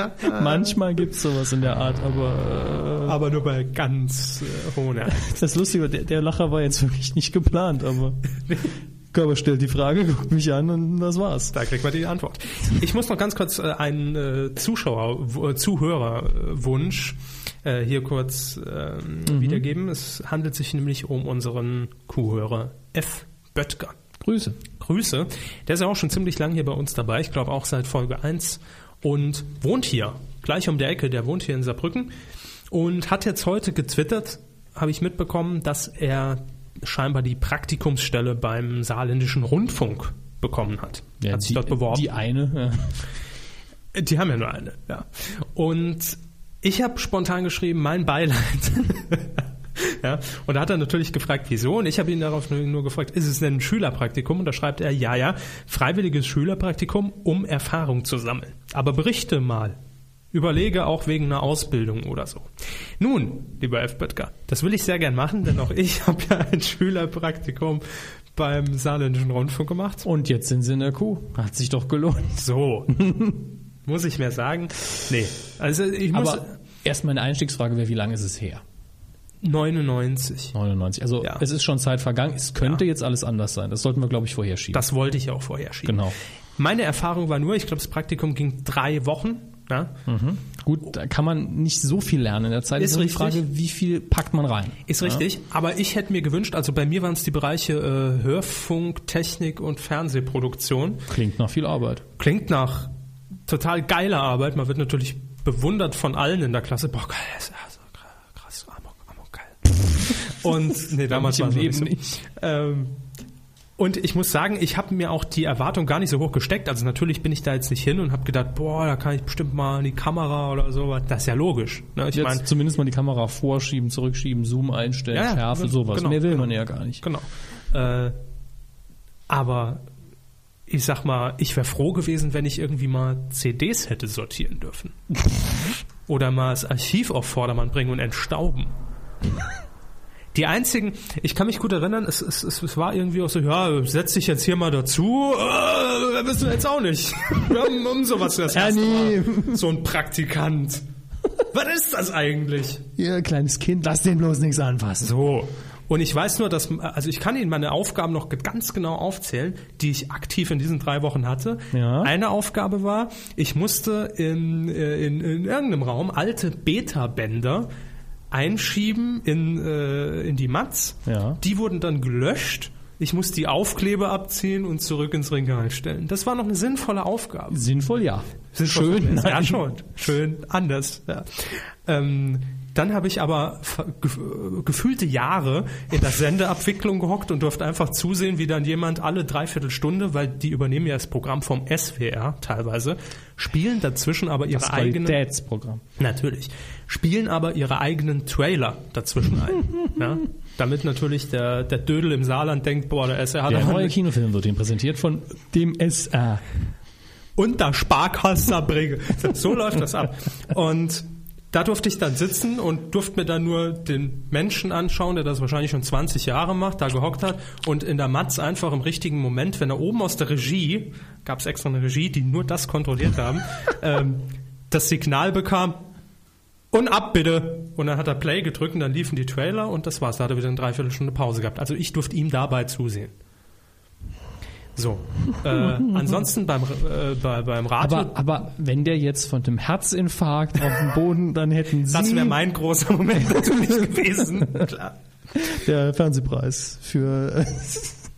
Äh. Manchmal gibt's sowas in der Art, aber Aber nur bei ganz äh, hohen Ernstes. äh, das Lustige, der, der Lacher war jetzt wirklich nicht geplant, aber Körper stellt die Frage, guckt mich an und das war's. Da kriegt man die Antwort. Ich muss noch ganz kurz äh, einen äh, Zuschauer, w- äh, Zuhörerwunsch äh, hier kurz ähm, wiedergeben. Es handelt sich nämlich um unseren Kuhhörer F. Böttger. Grüße. Grüße. Der ist ja auch schon ziemlich lang hier bei uns dabei. Ich glaube auch seit Folge 1 und wohnt hier, gleich um der Ecke. Der wohnt hier in Saarbrücken und hat jetzt heute getwittert, habe ich mitbekommen, dass er scheinbar die Praktikumsstelle beim saarländischen Rundfunk bekommen hat. hat sich die, dort beworben. Die eine. Die haben ja nur eine, ja. Und ich habe spontan geschrieben, mein Beileid. ja. Und da hat er natürlich gefragt, wieso? Und ich habe ihn darauf nur, nur gefragt, ist es denn ein Schülerpraktikum? Und da schreibt er, ja, ja, freiwilliges Schülerpraktikum, um Erfahrung zu sammeln. Aber berichte mal. Überlege auch wegen einer Ausbildung oder so. Nun, lieber F. Böttger, das will ich sehr gern machen, denn auch ich habe ja ein Schülerpraktikum beim Saarländischen Rundfunk gemacht. Und jetzt sind sie in der Kuh. Hat sich doch gelohnt. So. muss ich mehr sagen? Nee. Also ich muss. Aber erst meine Einstiegsfrage wäre, wie lange ist es her? 99. 99. Also Ja. es ist schon Zeit vergangen. Es könnte Ja. jetzt alles anders sein. Das sollten wir, glaube ich, vorher schieben. Das wollte ich ja auch vorher schieben. Genau. Meine Erfahrung war nur, ich glaube, das Praktikum ging drei Wochen. ne? Ja? Gut, da kann man nicht so viel lernen in der Zeit. Ist nur die richtig. Frage, wie viel packt man rein? Ist richtig. Aber ich hätte mir gewünscht, also bei mir waren es die Bereiche äh, Hörfunk, Technik und Fernsehproduktion. Klingt nach viel Arbeit. Klingt nach total geiler Arbeit. Man wird natürlich bewundert von allen in der Klasse. Boah, geil, das ist ja so kr- krass, Amok, Amok, geil. Und nee, damals Ich im war es noch nicht so. Leben Ähm, und ich muss sagen, ich habe mir auch die Erwartung gar nicht so hoch gesteckt. Also natürlich bin ich da jetzt nicht hin und habe gedacht, boah, da kann ich bestimmt mal in die Kamera oder sowas. Das ist ja logisch. Ne? Ich Jetzt meine, zumindest mal die Kamera vorschieben, zurückschieben, Zoom einstellen, Ja, ja, Schärfe, genau, sowas. genau, Mehr will genau. man ja gar nicht. Genau. Äh, aber ich sag mal, ich wäre froh gewesen, wenn ich irgendwie mal CDs hätte sortieren dürfen. Oder mal das Archiv auf Vordermann bringen und entstauben. Die einzigen, ich kann mich gut erinnern, es, es, es, es war irgendwie auch so, ja, setz dich jetzt hier mal dazu, äh, bist du jetzt auch nicht. um, um sowas das erste Ernie. Mal. So ein Praktikant. Was ist das eigentlich? Ihr kleines Kind, lass den bloß nichts anfassen. So. Und ich weiß nur, dass, also ich kann Ihnen meine Aufgaben noch ganz genau aufzählen, die ich aktiv in diesen drei Wochen hatte. Ja. Eine Aufgabe war, ich musste in, äh, in, in irgendeinem Raum alte Beta-Bänder einschieben in, äh, in die Mats. Ja. Die wurden dann gelöscht. Ich musste die Aufkleber abziehen und zurück ins Regal stellen. Das war noch eine sinnvolle Aufgabe. Sinnvoll, ja. Sind Schön, was- Ja, nein. schon. Schön anders. Ja. Ähm, dann habe ich aber ver- gef- äh, gefühlte Jahre in der Sendeabwicklung gehockt und durfte einfach zusehen, wie dann jemand alle Dreiviertelstunde, weil die übernehmen ja das Programm vom SWR teilweise, spielen dazwischen aber ihre Das eigenen Qualitätsprogramm. Natürlich. Spielen aber ihre eigenen Trailer dazwischen ein. ja? Damit natürlich der, der Dödel im Saarland denkt, boah, der SR hat Der aber neue nicht- Kinofilm wird Ihnen präsentiert von dem SR. und der Sparkasser bringe. So läuft das ab. Und da durfte ich dann sitzen und durfte mir dann nur den Menschen anschauen, der das wahrscheinlich schon 20 Jahre macht, da gehockt hat und in der Matz einfach im richtigen Moment, wenn er oben aus der Regie, gab es extra eine Regie, die nur das kontrolliert haben, ähm, das Signal bekam, und ab bitte. Und dann hat er Play gedrückt und dann liefen die Trailer und das war's. Da hat er wieder eine Dreiviertelstunde Pause gehabt. Also ich durfte ihm dabei zusehen. So. Äh, ansonsten beim, äh, bei, beim Radio. Aber, aber wenn der jetzt von dem Herzinfarkt auf dem Boden, dann hätten Sie das wäre mein großer Moment natürlich gewesen. Klar. der Fernsehpreis für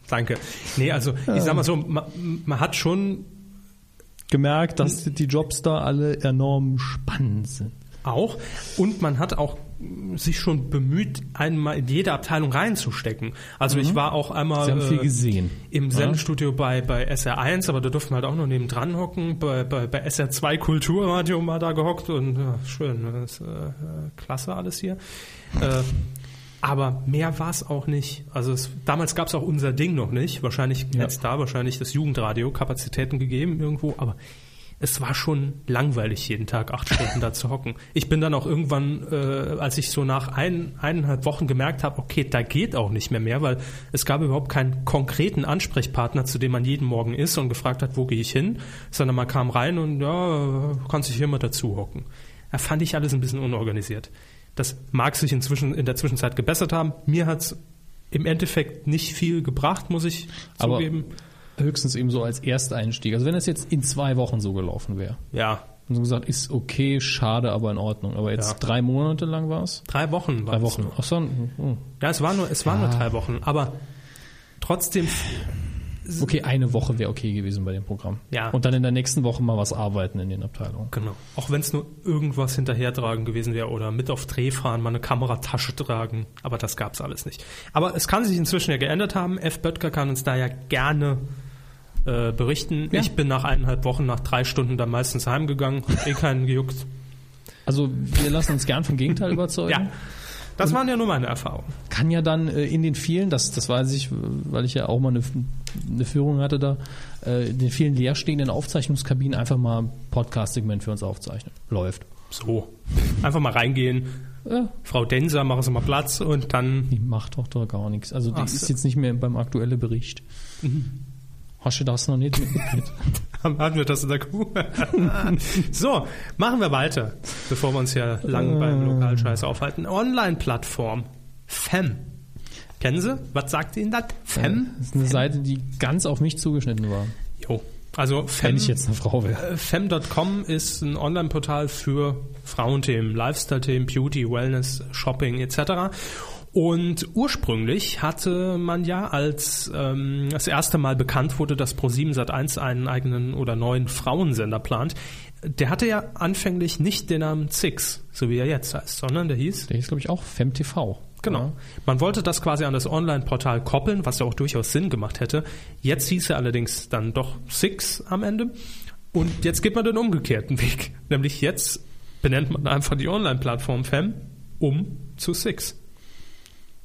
Danke. Nee, also Ah. ich sag mal so, man, man hat schon gemerkt, dass die Jobs da alle enorm spannend sind. auch und man hat auch sich schon bemüht, einmal in jede Abteilung reinzustecken. Also ich war auch einmal äh, Mhm. Sie haben viel gesehen. im Sendestudio bei, bei SR1, aber da durften wir halt auch noch neben dran hocken. Bei, bei, bei SR2 Kulturradio mal da gehockt und ja, schön, das ist äh, äh, klasse alles hier. Äh, aber mehr war es auch nicht. Also es, damals gab es auch unser Ding noch nicht. Wahrscheinlich Ja. jetzt da wahrscheinlich das Jugendradio Kapazitäten gegeben irgendwo, aber es war schon langweilig, jeden Tag acht Stunden da zu hocken. Ich bin dann auch irgendwann, äh, als ich so nach ein, eineinhalb Wochen gemerkt habe, okay, da geht auch nicht mehr mehr, weil es gab überhaupt keinen konkreten Ansprechpartner, zu dem man jeden Morgen ist und gefragt hat, wo gehe ich hin, sondern man kam rein und ja, kannst dich hier mal dazu hocken. Da fand ich alles ein bisschen unorganisiert. Das mag sich inzwischen in der Zwischenzeit gebessert haben. Mir hat's im Endeffekt nicht viel gebracht, muss ich Aber zugeben. höchstens eben so als Ersteinstieg. Also wenn das jetzt in zwei Wochen so gelaufen wäre. Ja, Und so gesagt, ist okay, schade, aber in Ordnung. Aber jetzt Ja. drei Monate lang war es? drei Wochen war Drei es Wochen. Ach so, hm, hm. Ja, es waren nur, es waren nur drei Wochen, aber trotzdem, okay, eine Woche wäre okay gewesen bei dem Programm. Ja. Und dann in der nächsten Woche mal was arbeiten in den Abteilungen. genau. Auch wenn es nur irgendwas hinterhertragen gewesen wäre oder mit auf Dreh fahren, mal eine Kameratasche tragen, aber das gab's alles nicht. Aber es kann sich inzwischen ja geändert haben. F. Böttger kann uns da ja gerne äh, berichten. Ja. Ich bin nach eineinhalb Wochen, nach drei Stunden dann meistens heimgegangen, hab eh keinen gejuckt. Also wir lassen uns gern vom Gegenteil überzeugen. Ja. Das waren ja nur meine Erfahrungen. kann ja dann äh, in den vielen, das, das weiß ich, weil ich ja auch mal eine, eine Führung hatte da, äh, in den vielen leerstehenden Aufzeichnungskabinen einfach mal ein Podcast-Segment für uns aufzeichnen. Läuft. So. Einfach mal reingehen. Ja. Frau Denser, machen Sie mal Platz und dann. Die macht doch da gar nichts. Also die Ach ist so. Mhm. jetzt nicht mehr beim aktuellen Bericht. Hast du das noch nicht mitgekriegt? Haben wir das in der Kuh? so, machen wir weiter, bevor wir uns ja lang Äh. beim Lokalscheiß aufhalten. Online-Plattform. Fem. Kennen Sie? Was sagt Ihnen das? Fem? Das ist eine Seite, die ganz auf mich zugeschnitten war. Jo. Also Wenn Fem. Äh. ich jetzt eine Frau wäre. äh, Fem.com ist ein Online-Portal für Frauenthemen, Lifestyle-Themen, Beauty, Wellness, Shopping etc. Und ursprünglich hatte man ja, als ähm, das erste Mal bekannt wurde, dass Pro7 Sat1 einen eigenen oder neuen Frauensender plant, der hatte ja anfänglich nicht den Namen Six, so wie er jetzt heißt, sondern der hieß Der ist, glaube ich, auch FemTV. Genau. Man wollte das quasi an das Online-Portal koppeln, was ja auch durchaus Sinn gemacht hätte. Jetzt hieß er allerdings dann doch Six am Ende. Und jetzt geht man den umgekehrten Weg. Nämlich jetzt benennt man einfach die Online-Plattform Fem um zu Six.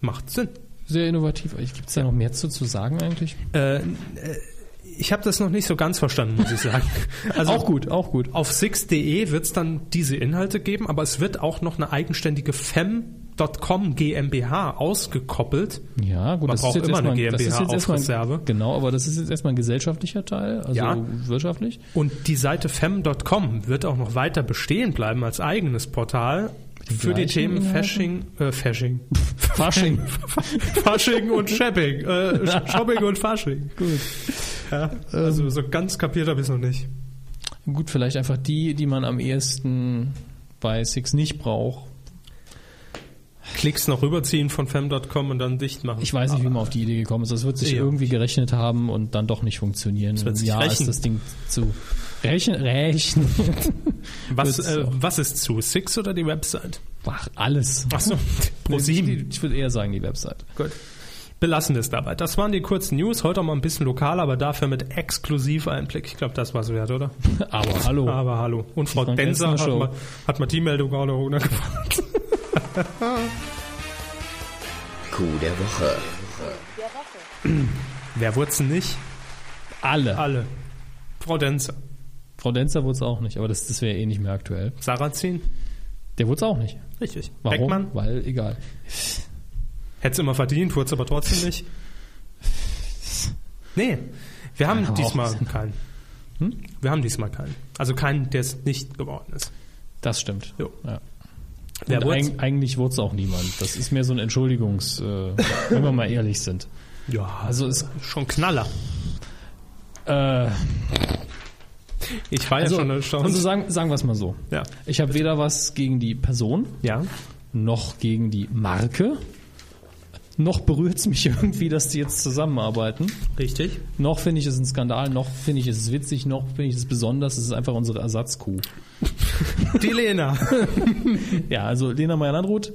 Macht Sinn. Sehr innovativ. Gibt es da noch mehr zu, zu sagen eigentlich? Äh, äh, ich habe das noch nicht so ganz verstanden, muss ich sagen. Also auch gut, auch gut. Auf six.de wird es dann diese Inhalte geben, aber es wird auch noch eine eigenständige Fem.com GmbH ausgekoppelt. Ja, Man gut, das ist braucht jetzt immer eine erstmal, das ist GmbH jetzt auf erstmal, Reserve. Genau, aber das ist jetzt erstmal ein gesellschaftlicher Teil, also Ja. wirtschaftlich. Und die Seite fem.com wird auch noch weiter bestehen bleiben als eigenes Portal für die gleichen Themen Inhalten? Fashing, äh, Fashing, Fasching. Fasching und Shopping, äh, Shopping und Fasching. gut. Ähm. Ja, also so ganz kapiert habe ich es noch nicht. gut, vielleicht einfach die, die man am ehesten bei Six nicht braucht. Klicks noch rüberziehen von fem.com und dann dicht machen. Ich weiß nicht, wie man auf die Idee gekommen ist. Das wird sich Ja. irgendwie gerechnet haben und dann doch nicht funktionieren. wird sich ja, rächen. ist das Ding zu rächen, rächen. was, wird's äh, auch. was ist zu Six oder die Website? Ach, alles. Achso, pro sieben. Ich würde eher sagen, die Website. Gut. Belassen wir es dabei. Das waren die kurzen News. Heute auch mal ein bisschen lokal, aber dafür mit exklusiv Einblick. Ich glaube, das war's wert, oder? Aber hallo. Aber hallo. Und Frau Frank Denser Elstner hat Show. mal, hat mal die Meldung auch noch runtergebracht. Kuh der Woche. Wer wurd's denn nicht? Alle. Alle. Frau Denser. Frau Denzer wurde es auch nicht, aber das, das wäre eh nicht mehr aktuell. Sarrazin. Der wurde es auch nicht. Richtig. Warum? Beckmann. Weil, egal. Hätt's immer verdient, wurd's aber trotzdem nicht. Nee. Wir haben Kann aber auch diesmal sein. keinen. Wir haben diesmal keinen. Also keinen, der es nicht geworden ist. Das stimmt. Jo. Ja. Wer Und wurd's? eig eigentlich wurde es auch niemand. Das ist mehr so ein Entschuldigungs, äh, wenn wir mal ehrlich sind. Ja, Also es, schon Knaller. äh, Ich war also, ja schon erstaunt. also sagen, sagen wir es mal so. ja. Ich habe weder was gegen die Person Ja. noch gegen die Marke. Noch berührt es mich irgendwie, dass die jetzt zusammenarbeiten. Richtig. Noch finde ich es ein Skandal, noch finde ich es witzig, noch finde ich es besonders. Es ist einfach unsere Ersatzkuh. Die Lena. Ja, also Lena Meyer-Landrut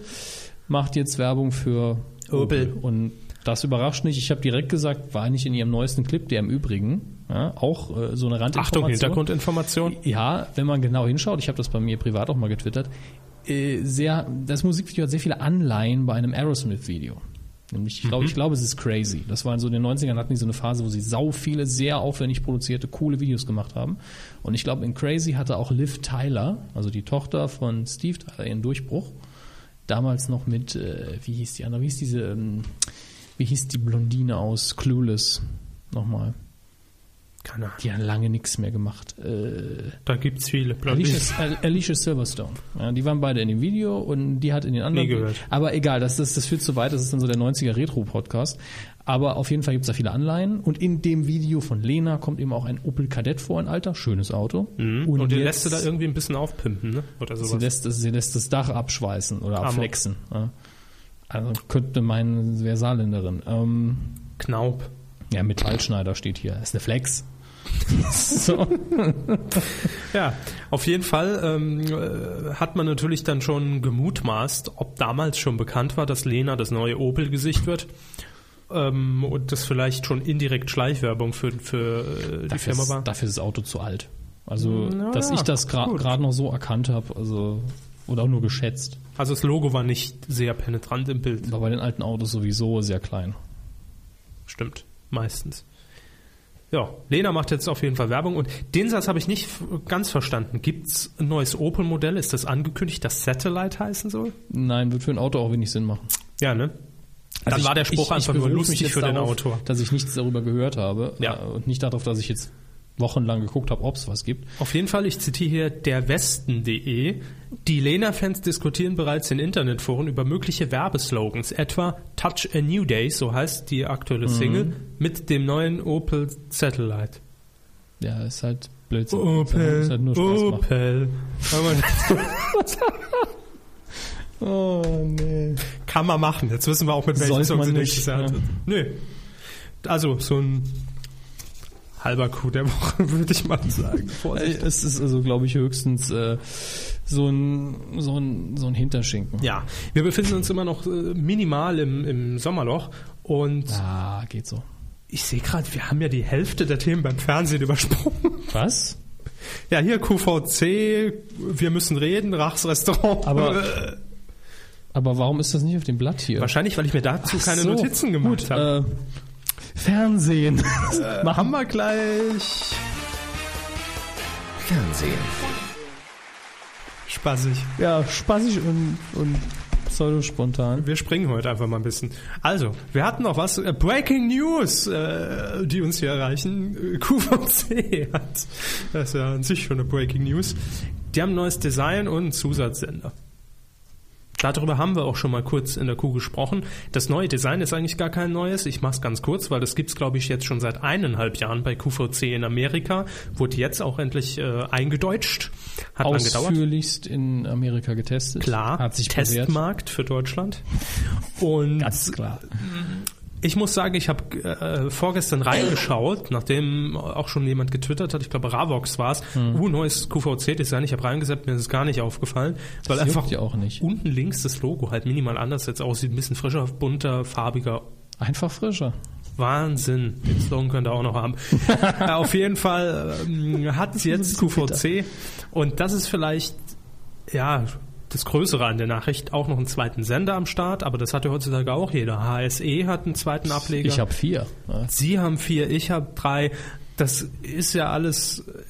macht jetzt Werbung für Opel. Und das überrascht nicht. Ich habe direkt gesagt, war nicht in ihrem neuesten Clip, der im Übrigen ja, auch äh, so eine Randinformation. Achtung, Hintergrundinformation. Ja, wenn man genau hinschaut, ich habe das bei mir privat auch mal getwittert, äh, sehr, das Musikvideo hat sehr viele Anleihen bei einem Aerosmith-Video. Nämlich, ich glaube, ich glaube, es ist crazy. Das war in so den 90ern, hatten die so eine Phase, wo sie sau viele, sehr aufwendig produzierte, coole Videos gemacht haben. Und ich glaube, in Crazy hatte auch Liv Tyler, also die Tochter von Steve Tyler, ihren Durchbruch. Damals noch mit, äh, wie hieß die andere, wie hieß diese, ähm, wie hieß die Blondine aus Clueless? Nochmal. Keine Ahnung. Die hat lange nichts mehr gemacht. Äh, Da gibt's viele. Blondinen. Alicia, Al- Alicia Silverstone. Ja, die waren beide in dem Video und die hat in den anderen. Nie gehört. Aber egal, das, das, das führt zu weit, das ist dann so der 90er Retro-Podcast. Aber auf jeden Fall gibt's da viele Anleihen. Und in dem Video von Lena kommt eben auch ein Opel Kadett vor, ein alter, schönes Auto. Mhm. Und, den jetzt- lässt du da irgendwie ein bisschen aufpimpen, ne? Oder Sie sowas. lässt, das- sie lässt das Dach abschweißen oder Amok. abflexen. Ja. Also könnte meinen, sie wäre Saarländerin. Ähm, Knaub. ja, Metallschneider steht hier. ist eine Flex. so. Ja, auf jeden Fall ähm, äh, hat man natürlich dann schon gemutmaßt, ob damals schon bekannt war, dass Lena das neue Opel-Gesicht wird. Ähm, und das vielleicht schon indirekt Schleichwerbung für, für äh, die Dafür Firma ist, war. dafür ist das Auto zu alt. Also, Na dass ja, ich das gra- gut. gerade noch so erkannt habe, also oder auch nur geschätzt, Also das Logo war nicht sehr penetrant im Bild. war bei den alten Autos sowieso sehr klein. Stimmt, meistens. Ja, Lena macht jetzt auf jeden Fall Werbung und den Satz habe ich nicht f- ganz verstanden. Gibt's ein neues Opel-Modell? Ist das angekündigt, das Satellite heißen soll? Nein, wird für ein Auto auch wenig Sinn machen. Ja, ne? Dann Also ich- war der Spruch ich- ich einfach nur berufe mich lustig jetzt für den darauf, Autor. Dass ich nichts darüber gehört habe Ja. äh, und nicht darauf, dass ich jetzt wochenlang geguckt habe, ob es was gibt. Auf jeden Fall, ich zitiere hier derwesten.de. Die Lena-Fans diskutieren bereits in Internetforen über mögliche Werbeslogans, etwa Touch a New Day, so heißt die aktuelle Mhm. Single, mit dem neuen Opel Satellite. Ja, ist halt Blödsinn. Opel, Ist halt nur Spaß macht. Opel. Kann man- Oh, nee. Kann man machen. Jetzt wissen wir auch, mit welchem Sollte Song man sie nicht, nicht hat. ja. Nö. Also, so ein halber Coup der Woche, würde ich mal sagen. Vorsicht. Es ist also, glaube ich, höchstens äh, so, ein, so, ein, so ein Hinterschinken. Ja, wir befinden uns immer noch äh, minimal im, im Sommerloch und Ah, geht so. ich sehe gerade, wir haben ja die Hälfte der Themen beim Fernsehen übersprungen. Was? Ja, hier QVC, wir müssen reden, Rachs Restaurant. Aber- Äh, Aber warum ist das nicht auf dem Blatt hier? wahrscheinlich, weil ich mir dazu keine So, Notizen gemacht gut, habe. Äh, Fernsehen. Haben wir gleich. Fernsehen. Spaßig. ja, spaßig und, und pseudospontan. Wir springen heute einfach mal ein bisschen. Also, wir hatten noch was. Äh, Breaking News, äh, die uns hier erreichen. Äh, QVC hat. Das ist ja an sich schon eine Breaking News. Die haben ein neues Design und einen Zusatzsender. Darüber haben wir auch schon mal kurz in der Kuh gesprochen. Das neue Design ist eigentlich gar kein neues. Ich mache es ganz kurz, weil das gibt's glaube ich, jetzt schon seit eineinhalb Jahren bei QVC in Amerika. Wurde jetzt auch endlich äh, eingedeutscht. Hat lang gedauert. Ausführlichst in Amerika getestet. Klar, Hat sich bewährt. Testmarkt für Deutschland. Und Ganz klar. ich muss sagen, ich habe äh, vorgestern reingeschaut, nachdem auch schon jemand getwittert hat, ich glaube Ravox war's. Mhm. uh, neues QVC-Design, ich habe reingesetzt, mir ist es gar nicht aufgefallen, weil juckt einfach ja auch nicht. unten links das Logo halt minimal anders jetzt aussieht, ein bisschen frischer, bunter, farbiger. Einfach frischer. Wahnsinn, den Slogan könnt ihr auch noch haben. äh, auf jeden Fall ähm, hat es jetzt QVC und das ist vielleicht ja, das Größere an der Nachricht, auch noch einen zweiten Sender am Start, aber das hat ja heutzutage auch jeder. HSE hat einen zweiten Ableger. Ich habe vier. Ja. Sie haben vier, ich habe drei. Das ist ja alles äh,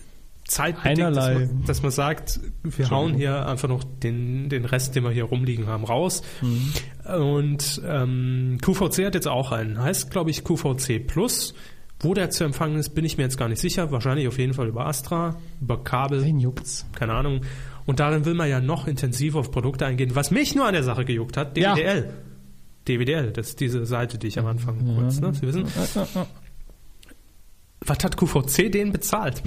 zeitbedingt, Einerlei. Dass, man, dass man sagt, wir hauen hier einfach noch den, den Rest, den wir hier rumliegen haben, raus. Mhm. Und ähm, QVC hat jetzt auch einen. Heißt, glaube ich, QVC Plus. Wo der zu empfangen ist, bin ich mir jetzt gar nicht sicher. Wahrscheinlich auf jeden Fall über Astra, über Kabel Wen juckt's? keine Ahnung. Und darin will man ja noch intensiver auf Produkte eingehen. Was mich nur an der Sache gejuckt hat, Ja. DWDL. DWDL, das ist diese Seite, die ich am Anfang kurz, ne? Sie wissen. Was hat QVC denen bezahlt?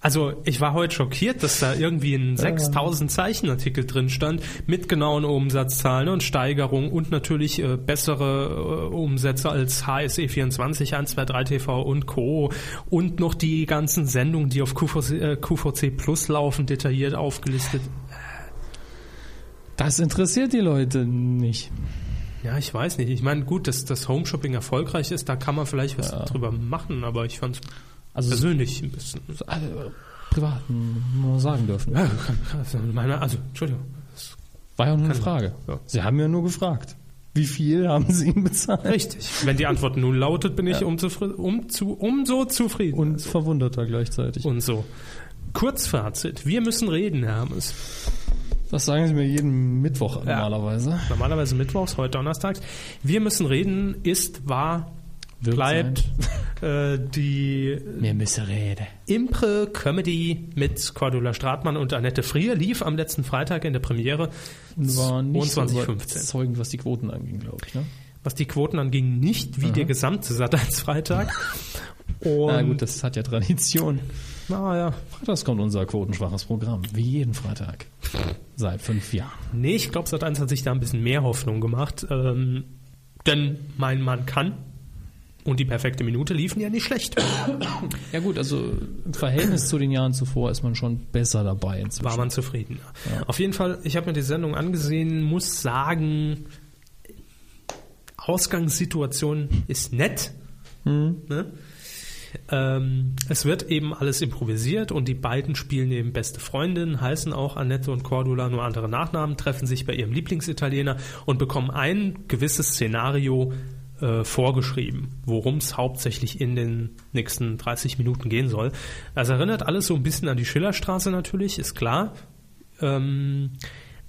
Also ich war heute schockiert, dass da irgendwie ein 6000 Zeichen Artikel drin stand mit genauen Umsatzzahlen und Steigerung und natürlich äh, bessere äh, Umsätze als E HSE 24, 123 TV und Co. Und noch die ganzen Sendungen, die auf QVC, äh, QVC Plus laufen, detailliert aufgelistet. Das interessiert die Leute nicht. Ja, ich weiß nicht. Ich meine, gut, dass das Home Shopping erfolgreich ist, da kann man vielleicht was drüber machen, aber ich fand's Also- persönlich ein bisschen. Also, privat, muss man sagen dürfen. Ja, kann, kann, also, meine, also, Entschuldigung. Das War ja nur eine Frage. Ja. Sie haben ja nur gefragt. Wie viel haben Sie ihm bezahlt? ist richtig. Wenn die Antwort nun lautet, bin ich Ja. umzufri- um zu, umso zufrieden. Und verwunderter gleichzeitig. und so. Kurzfazit. Wir müssen reden, Herr Hermes. Das sagen Sie mir jeden Mittwoch normalerweise. Normalerweise mittwochs, heute donnerstags. Wir müssen reden, ist, war, Wird bleibt äh, die Mir müsse Rede. Impre Comedy mit Cordula Stratmann und Annette Frier lief am letzten Freitag in der Premiere War nicht so 22.15. überzeugend, was die Quoten anging, glaube ich. Ne? was die Quoten anging, nicht wie der gesamte Satansfreitag. Und Na Mhm. Ah, gut, das hat ja Tradition. naja, Freitags kommt unser quotenschwaches Programm. Wie jeden Freitag. Seit fünf Jahren. nee, ich glaube, Sat1 hat sich da ein bisschen mehr Hoffnung gemacht. Ähm, denn mein Mann kann und die perfekte Minute liefen ja nicht schlecht. Ja gut, also im Verhältnis zu den Jahren zuvor ist man schon besser dabei inzwischen. war man zufrieden. Auf jeden Fall, ich habe mir die Sendung angesehen, muss sagen, Ausgangssituation ist nett. Ne? Ähm, es wird eben alles improvisiert und die beiden spielen eben beste Freundinnen, heißen auch Annette und Cordula nur andere Nachnamen, treffen sich bei ihrem Lieblingsitaliener und bekommen ein gewisses Szenario äh, vorgeschrieben, worum es hauptsächlich in den nächsten 30 Minuten gehen soll. Das erinnert alles so ein bisschen an die Schillerstraße natürlich, ist klar. Ähm,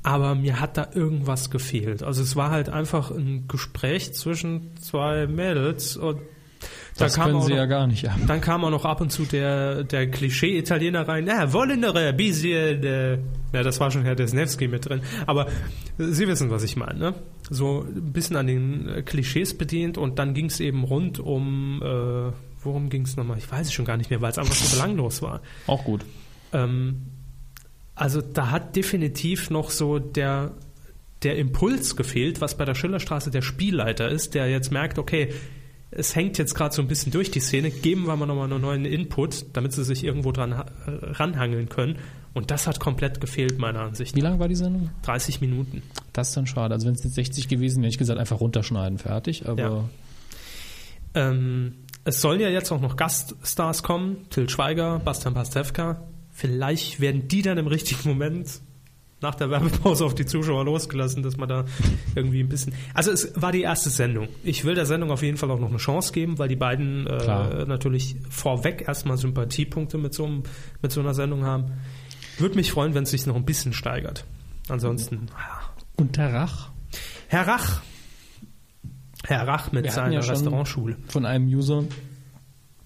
aber mir hat da irgendwas gefehlt. Also es war halt einfach ein Gespräch zwischen zwei Mädels und da das kam können auch sie noch- ja gar nicht ab. dann kam auch noch ab und zu der, der Klischee-Italiener rein. Na, Wollendere, bisschen. Äh, ja, das war schon Herr Desnevsky mit drin. Aber äh, Sie wissen, was ich meine. Ne? So ein bisschen an den äh, Klischees bedient und dann ging es eben rund um. Äh, worum ging es nochmal? Ich weiß es schon gar nicht mehr, weil es einfach so belanglos war. Auch gut. Ähm, also da hat definitiv noch so der, der Impuls gefehlt, was bei der Schillerstraße der Spielleiter ist, der jetzt merkt, okay, es hängt jetzt gerade so ein bisschen durch die Szene, geben wir mal nochmal einen neuen Input, damit sie sich irgendwo dran ha- äh, ranhangeln können. Und das hat komplett gefehlt, meiner Ansicht Wie nach. lang war die Sendung? 30 Minuten. Das ist dann schade. Also wenn es jetzt 60 gewesen wäre, hätte ich gesagt, einfach runterschneiden, fertig. Aber Ja. Ähm, es sollen ja jetzt auch noch Gaststars kommen. Till Schweiger, Bastian Pastewka. Vielleicht werden die dann im richtigen Moment nach der Werbepause auf die Zuschauer losgelassen, dass man da irgendwie ein bisschen. Also es war die erste Sendung. Ich will der Sendung auf jeden Fall auch noch eine Chance geben, weil die beiden äh, Klar. natürlich vorweg erstmal Sympathiepunkte mit so, einem, mit so einer Sendung haben. Würde mich freuen, wenn es sich noch ein bisschen steigert. Mhm. Ansonsten. ah. Unterrach Herr Rach. Herr Rach mit Wir hatten seiner ja schon- Restaurantschule. von einem User.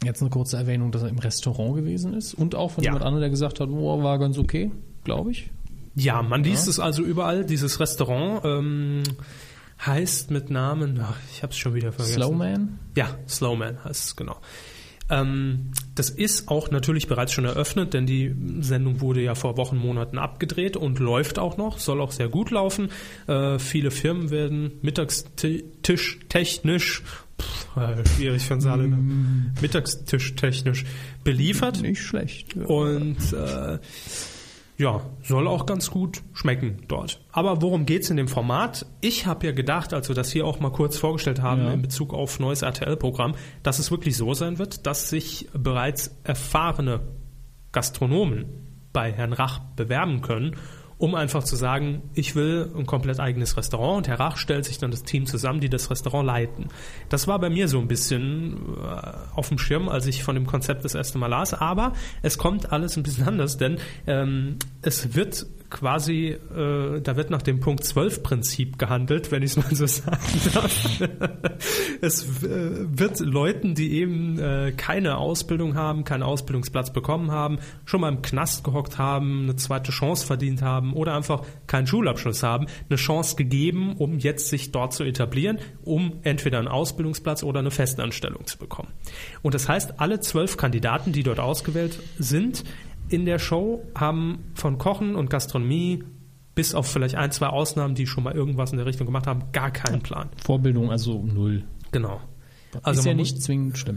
Jetzt eine kurze Erwähnung, dass er im Restaurant gewesen ist und auch von Ja. jemand anderem, der gesagt hat, oh, war ganz okay, glaube ich. Ja, man liest es also überall. Dieses Restaurant ähm, heißt mit Namen, ach, ich habe es schon wieder vergessen. Slowman. Ja, Slowman heißt es, genau. Ähm, das ist auch natürlich bereits schon eröffnet, denn die Sendung wurde ja vor Wochen, Monaten abgedreht und läuft auch noch, soll auch sehr gut laufen. Äh, viele Firmen werden mittagstisch technisch, pff, äh, schwierig für uns alle, ne? mittagstisch technisch beliefert. Nicht schlecht. Ja. Und äh, ja, soll auch ganz gut schmecken dort. Aber worum geht's in dem Format? Ich habe ja gedacht, als wir das hier auch mal kurz vorgestellt haben Ja. in Bezug auf neues RTL-Programm, dass es wirklich so sein wird, dass sich bereits erfahrene Gastronomen bei Herrn Rach bewerben können, um einfach zu sagen, ich will ein komplett eigenes Restaurant und Herr Rach stellt sich dann das Team zusammen, die das Restaurant leiten. Das war bei mir so ein bisschen äh, auf dem Schirm, als ich von dem Konzept das erste Mal las, aber es kommt alles ein bisschen anders, denn ähm, es wird quasi, äh, da wird nach dem Punkt 12 Prinzip gehandelt, wenn ich es mal so sagen darf. es äh, wird Leuten, die eben äh, keine Ausbildung haben, keinen Ausbildungsplatz bekommen haben, schon mal im Knast gehockt haben, eine zweite Chance verdient haben oder einfach keinen Schulabschluss haben, eine Chance gegeben, um jetzt sich dort zu etablieren, um entweder einen Ausbildungsplatz oder eine Festanstellung zu bekommen. Und das heißt, alle zwölf Kandidaten, die dort ausgewählt sind, in der Show haben von Kochen und Gastronomie bis auf vielleicht ein, zwei Ausnahmen, die schon mal irgendwas in der Richtung gemacht haben, gar keinen Plan. Vorbildung also null. Genau. ist ja man nicht zwingend schlimm.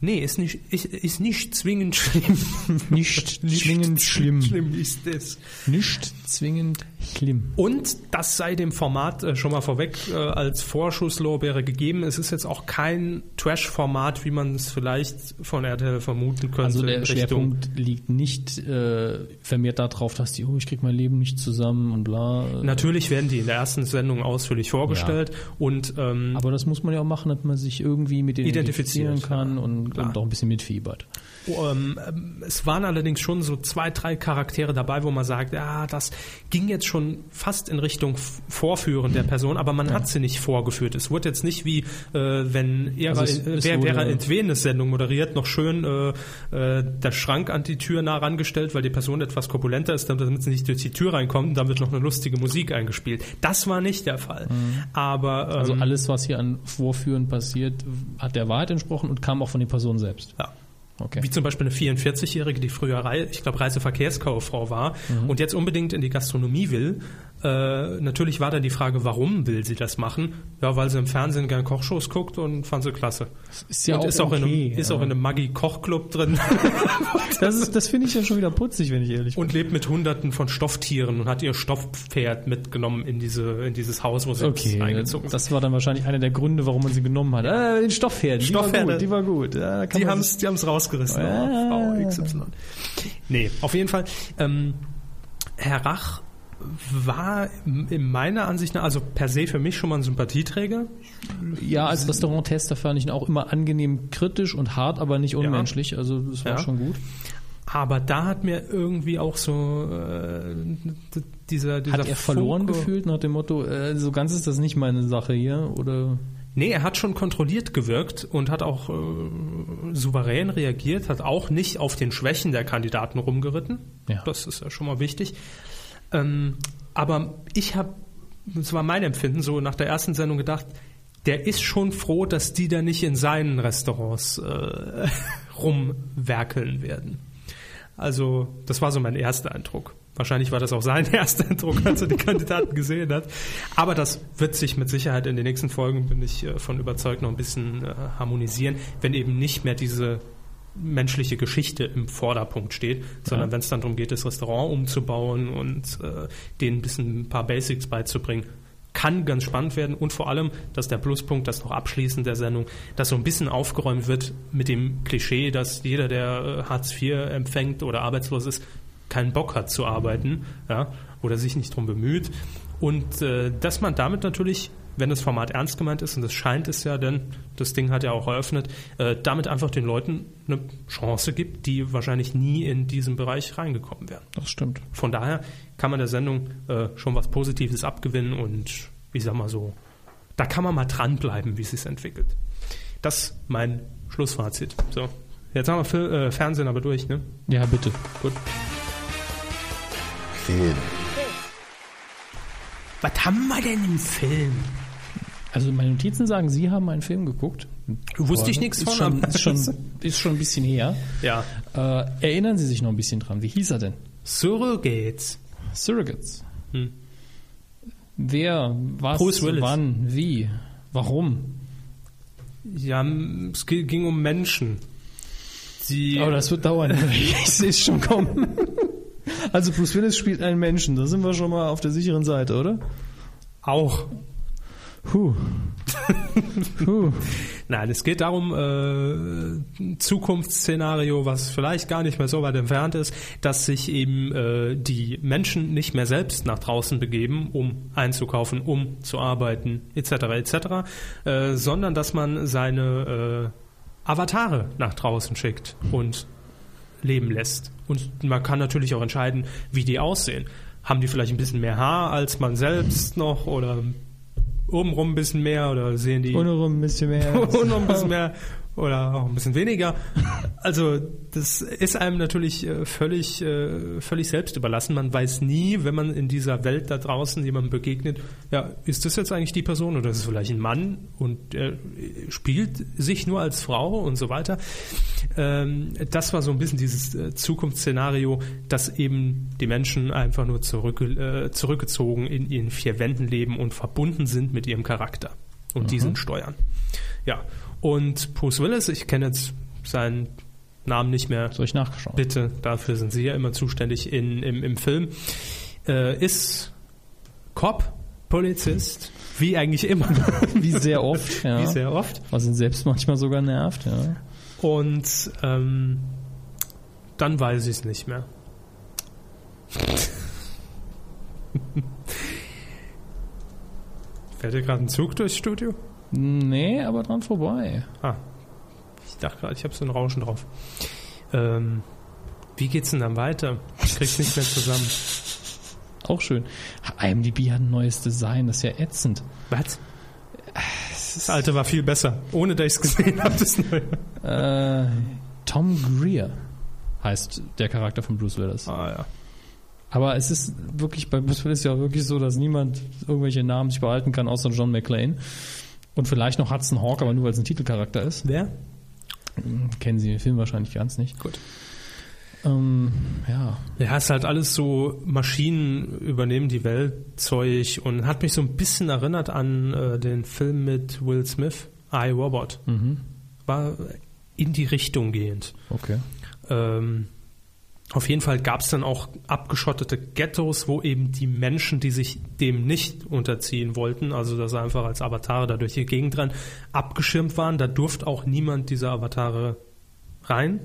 Muss, nee, ist nicht, ist, ist nicht zwingend schlimm. Nicht zwingend schlimm. schlimm ist es. Nicht zwingend schlimm. Und das sei dem Format äh, schon mal vorweg äh, als Vorschusslorbeere gegeben. Es ist jetzt auch kein Trash-Format, wie man es vielleicht von RTL vermuten könnte. Also der in Schwerpunkt liegt nicht äh, vermehrt darauf, dass die, oh, ich krieg mein Leben nicht zusammen und bla. äh, Natürlich werden die in der ersten Sendung ausführlich vorgestellt und ähm, Aber das muss man ja auch machen, damit man sich irgendwie mit denen Identifizieren, identifizieren kann ja, und, klar. und auch ein bisschen mitfiebert. ähm, ähm, es waren allerdings schon so zwei, drei Charaktere dabei, wo man sagt, ja, das ging jetzt schon fast in Richtung F- Vorführen der Person, aber man hat sie nicht vorgeführt. Es wurde jetzt nicht wie, äh, wenn er, Also es- äh, es wer, wurde- wäre Entwenes Sendung moderiert, noch schön äh, äh, der Schrank an die Tür nah rangestellt, weil die Person etwas korpulenter ist, damit sie nicht durch die Tür reinkommt und dann wird noch eine lustige Musik eingespielt. Das war nicht der Fall. Aber ähm, Mhm. Also alles, was hier an Vorführen passiert, hat der Wahrheit entsprochen und kam auch von den Personen selbst. ja. Okay. Wie zum Beispiel eine 44-Jährige, die früher, Rei ich glaube, Reiseverkehrskauffrau war Mhm. und jetzt unbedingt in die Gastronomie will. Äh, natürlich war dann die Frage, warum will sie das machen? Ja, weil sie im Fernsehen gern Kochshows guckt und fand sie klasse. Ist ja und auch ist, auch in einem, okay, ist ja. auch in einem Maggi-Kochclub drin Das, ist- das finde ich ja schon wieder putzig, wenn ich ehrlich bin. und lebt mit Hunderten von Stofftieren und hat ihr Stoffpferd mitgenommen in, diese, in dieses Haus, wo sie jetzt Okay, eingezogen sind. das war dann wahrscheinlich einer der Gründe, warum man sie genommen hat. Ah, den Stoffherden, die Stoffherde. war gut, die war gut. Ja, da kann Die man haben sich- es die haben's rausgerissen. Ah. Oh, Frau XY. Nee, auf jeden Fall. Ähm, Herr Rach war m- in meiner Ansicht nach, also per se für mich schon mal ein Sympathieträger. Ja, als Restauranttester fand ich ihn auch immer angenehm kritisch und hart, aber nicht unmenschlich. Also das war Ja. schon gut. Aber da hat mir irgendwie auch so äh, d- dieser, dieser Hat er verloren Funke- gefühlt nach dem Motto, äh, so ganz ist das nicht meine Sache hier? Oder Nee, er hat schon kontrolliert gewirkt und hat auch äh, souverän reagiert, hat auch nicht auf den Schwächen der Kandidaten rumgeritten. Ja. Das ist ja schon mal wichtig. Ähm, aber ich habe, das war mein Empfinden, so nach der ersten Sendung gedacht, der ist schon froh, dass die da nicht in seinen Restaurants äh, rumwerkeln werden. Also, das war so mein erster Eindruck. Wahrscheinlich war das auch sein erster Eindruck, als er die Kandidaten gesehen hat. Aber das wird sich mit Sicherheit in den nächsten Folgen, bin ich äh, von überzeugt, noch ein bisschen äh, harmonisieren, wenn eben nicht mehr diese menschliche Geschichte im Vorderpunkt steht, sondern wenn es dann darum geht, das Restaurant umzubauen und äh, denen ein bisschen ein paar Basics beizubringen, kann ganz spannend werden und vor allem, dass der Pluspunkt, das noch abschließend der Sendung, dass so ein bisschen aufgeräumt wird mit dem Klischee, dass jeder, der äh, Hartz IV empfängt oder arbeitslos ist, keinen Bock hat zu arbeiten ja, oder sich nicht drum bemüht. Und äh, dass man damit natürlich, wenn das Format ernst gemeint ist, und das scheint es ja, denn das Ding hat ja auch eröffnet, äh, damit einfach den Leuten eine Chance gibt, die wahrscheinlich nie in diesen Bereich reingekommen wären. das stimmt. Von daher kann man der Sendung äh, schon was Positives abgewinnen und ich sag mal so, da kann man mal dranbleiben, wie es sich entwickelt. Das mein Schlussfazit. So, jetzt haben wir Fil- äh, Fernsehen aber durch, ne? Ja, bitte. Gut. Film. Was haben wir denn im Film? Also meine Notizen sagen, Sie haben einen Film geguckt. Wusste Aber ich nichts ist von, Schon, aber- ist, schon, ist schon ein bisschen her. Ja. Äh, erinnern Sie sich noch ein bisschen dran. Wie hieß er denn? Surrogates. Surrogates. Hm. Wer, was, Bruce Willis. wann, wie, warum? Ja, m- es ge- ging um Menschen. Die Aber das wird dauern. ich sehe es schon kommen. Also Bruce Willis spielt einen Menschen. Da sind wir schon mal auf der sicheren Seite, oder? auch. Huh. Huh. Nein, es geht darum, äh, ein Zukunftsszenario, was vielleicht gar nicht mehr so weit entfernt ist, dass sich eben äh, die Menschen nicht mehr selbst nach draußen begeben, um einzukaufen, um zu arbeiten, etc., etc., äh, sondern dass man seine äh, Avatare nach draußen schickt und leben lässt. Und man kann natürlich auch entscheiden, wie die aussehen. Haben die vielleicht ein bisschen mehr Haar als man selbst noch oder obenrum ein bisschen mehr oder sehen die Ohne rum ein bisschen mehr. und noch ein bisschen mehr oder auch ein bisschen weniger. Also das ist einem natürlich äh, völlig, äh, völlig selbst überlassen. Man weiß nie, wenn man in dieser Welt da draußen jemandem begegnet, ja, ist das jetzt eigentlich die Person oder ist es vielleicht ein Mann und er spielt sich nur als Frau und so weiter. Ähm, das war so ein bisschen dieses äh, Zukunftsszenario, dass eben die Menschen einfach nur zurück, zurückgezogen in ihren vier Wänden leben und verbunden sind mit ihrem Charakter und diesen steuern. Ja, und Bruce Willis, ich kenne jetzt seinen Namen nicht mehr. Soll ich nachschauen? Bitte, dafür sind Sie ja immer zuständig in, im, im Film. Äh, ist Cop, Polizist, wie eigentlich immer, Wie sehr oft, ja. wie sehr oft. Was ihn selbst manchmal sogar nervt, ja. Und ähm, dann weiß ich es nicht mehr. Fährt hier gerade ein Zug durchs Studio? Nee, aber dran vorbei. Ah, ich dachte gerade, ich habe so ein Rauschen drauf. Ähm, wie geht's denn dann weiter? Ich krieg's nicht mehr zusammen. Auch schön. IMDb hat ein neues Design, das ist ja ätzend. Was? Das alte war viel besser, ohne dass ich's gesehen habe, das neue. Äh, Tom Greer heißt der Charakter von Bruce Willis. Ah ja. Aber es ist wirklich, bei Bruce Willis ja wirklich so, dass niemand irgendwelche Namen sich behalten kann, außer John McClane. Und vielleicht noch Hudson Hawk, aber nur weil es ein Titelcharakter ist. Wer? Kennen Sie den Film wahrscheinlich ganz nicht. Gut. Ähm, ja. Ja, ist halt alles so Maschinen übernehmen die Welt Zeug und hat mich so ein bisschen erinnert an äh, den Film mit Will Smith, I Robot. War in die Richtung gehend. Okay. Ähm, auf jeden Fall gab es dann auch abgeschottete Ghettos, wo eben die Menschen, die sich dem nicht unterziehen wollten, also dass sie einfach als Avatare da durch die Gegend rennen, abgeschirmt waren. Da durfte auch niemand dieser Avatare rein,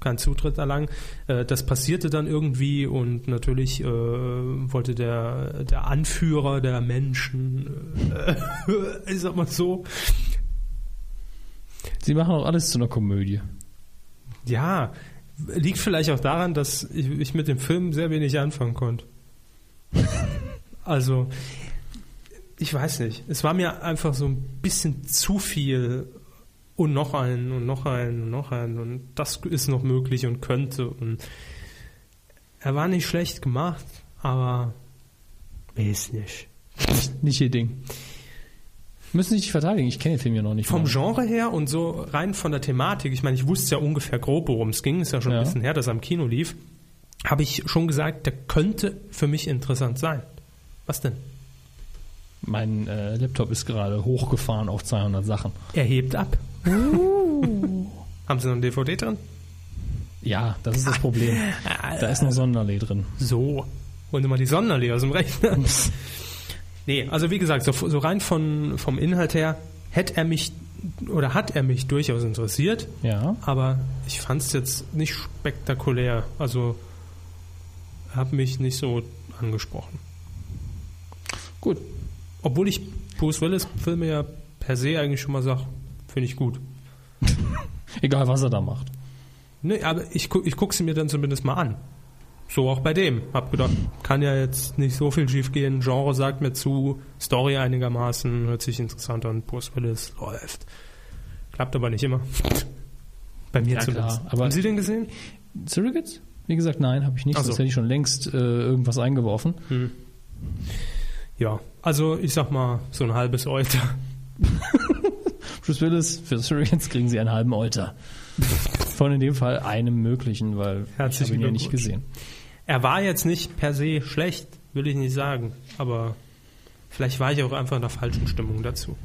keinen Zutritt erlangen. Äh, das passierte dann irgendwie und natürlich äh, wollte der, der Anführer der Menschen, äh, ich sag mal so, Sie machen auch alles zu einer Komödie. ja, liegt vielleicht auch daran, dass ich, ich mit dem Film sehr wenig anfangen konnte. also, ich weiß nicht. Es war mir einfach so ein bisschen zu viel und noch einen und noch einen und noch einen und das ist noch möglich und könnte und er war nicht schlecht gemacht, aber weiß nicht. Nicht ihr Ding. Müssen Sie sich verteidigen, ich kenne den Film ja noch nicht. Vom mal. Genre her und so rein von der Thematik, ich meine, ich wusste ja ungefähr grob, worum es ging, ist ja schon Ja. ein bisschen her, dass er im Kino lief, habe ich schon gesagt, der könnte für mich interessant sein. Was denn? Mein äh, Laptop ist gerade hochgefahren auf 200 Sachen. Er hebt ab. Haben Sie noch ein DVD drin? Äh, Ja, das ist das Problem. Da ist noch Sonderlee drin. So, holen Sie mal die Sonderlee aus dem Rechner. nee, also wie gesagt, so, so rein von, vom Inhalt her, hätte er mich oder hat er mich durchaus interessiert, Ja. aber ich fand es jetzt nicht spektakulär. Also habe mich nicht so angesprochen. Gut. Obwohl ich Bruce Willis Filme ja per se eigentlich schon mal sage, finde ich gut. Egal, was er da macht. Nee, aber ich, gu- ich gucke sie mir dann zumindest mal an. So auch bei dem. Hab gedacht, kann ja jetzt nicht so viel schief gehen. Genre sagt mir zu, Story einigermaßen, hört sich interessant an, Bruce Willis läuft. Klappt aber nicht immer. Bei mir Ja, zumindest. klar, aber- Haben Sie den gesehen? Surrogates? Wie gesagt, nein, habe ich nicht. Ach so. Sonst hätte ich schon längst äh, irgendwas eingeworfen. Ja. Also ich sag mal, so ein halbes Euter. Bruce Willis, für Surrogates kriegen sie einen halben Euter. Von in dem Fall einem möglichen, weil ich habe Herzlichen ihn ja nicht Glückwunsch. gesehen. Er war jetzt nicht per se schlecht, will ich nicht sagen. Aber vielleicht war ich auch einfach in der falschen Stimmung dazu.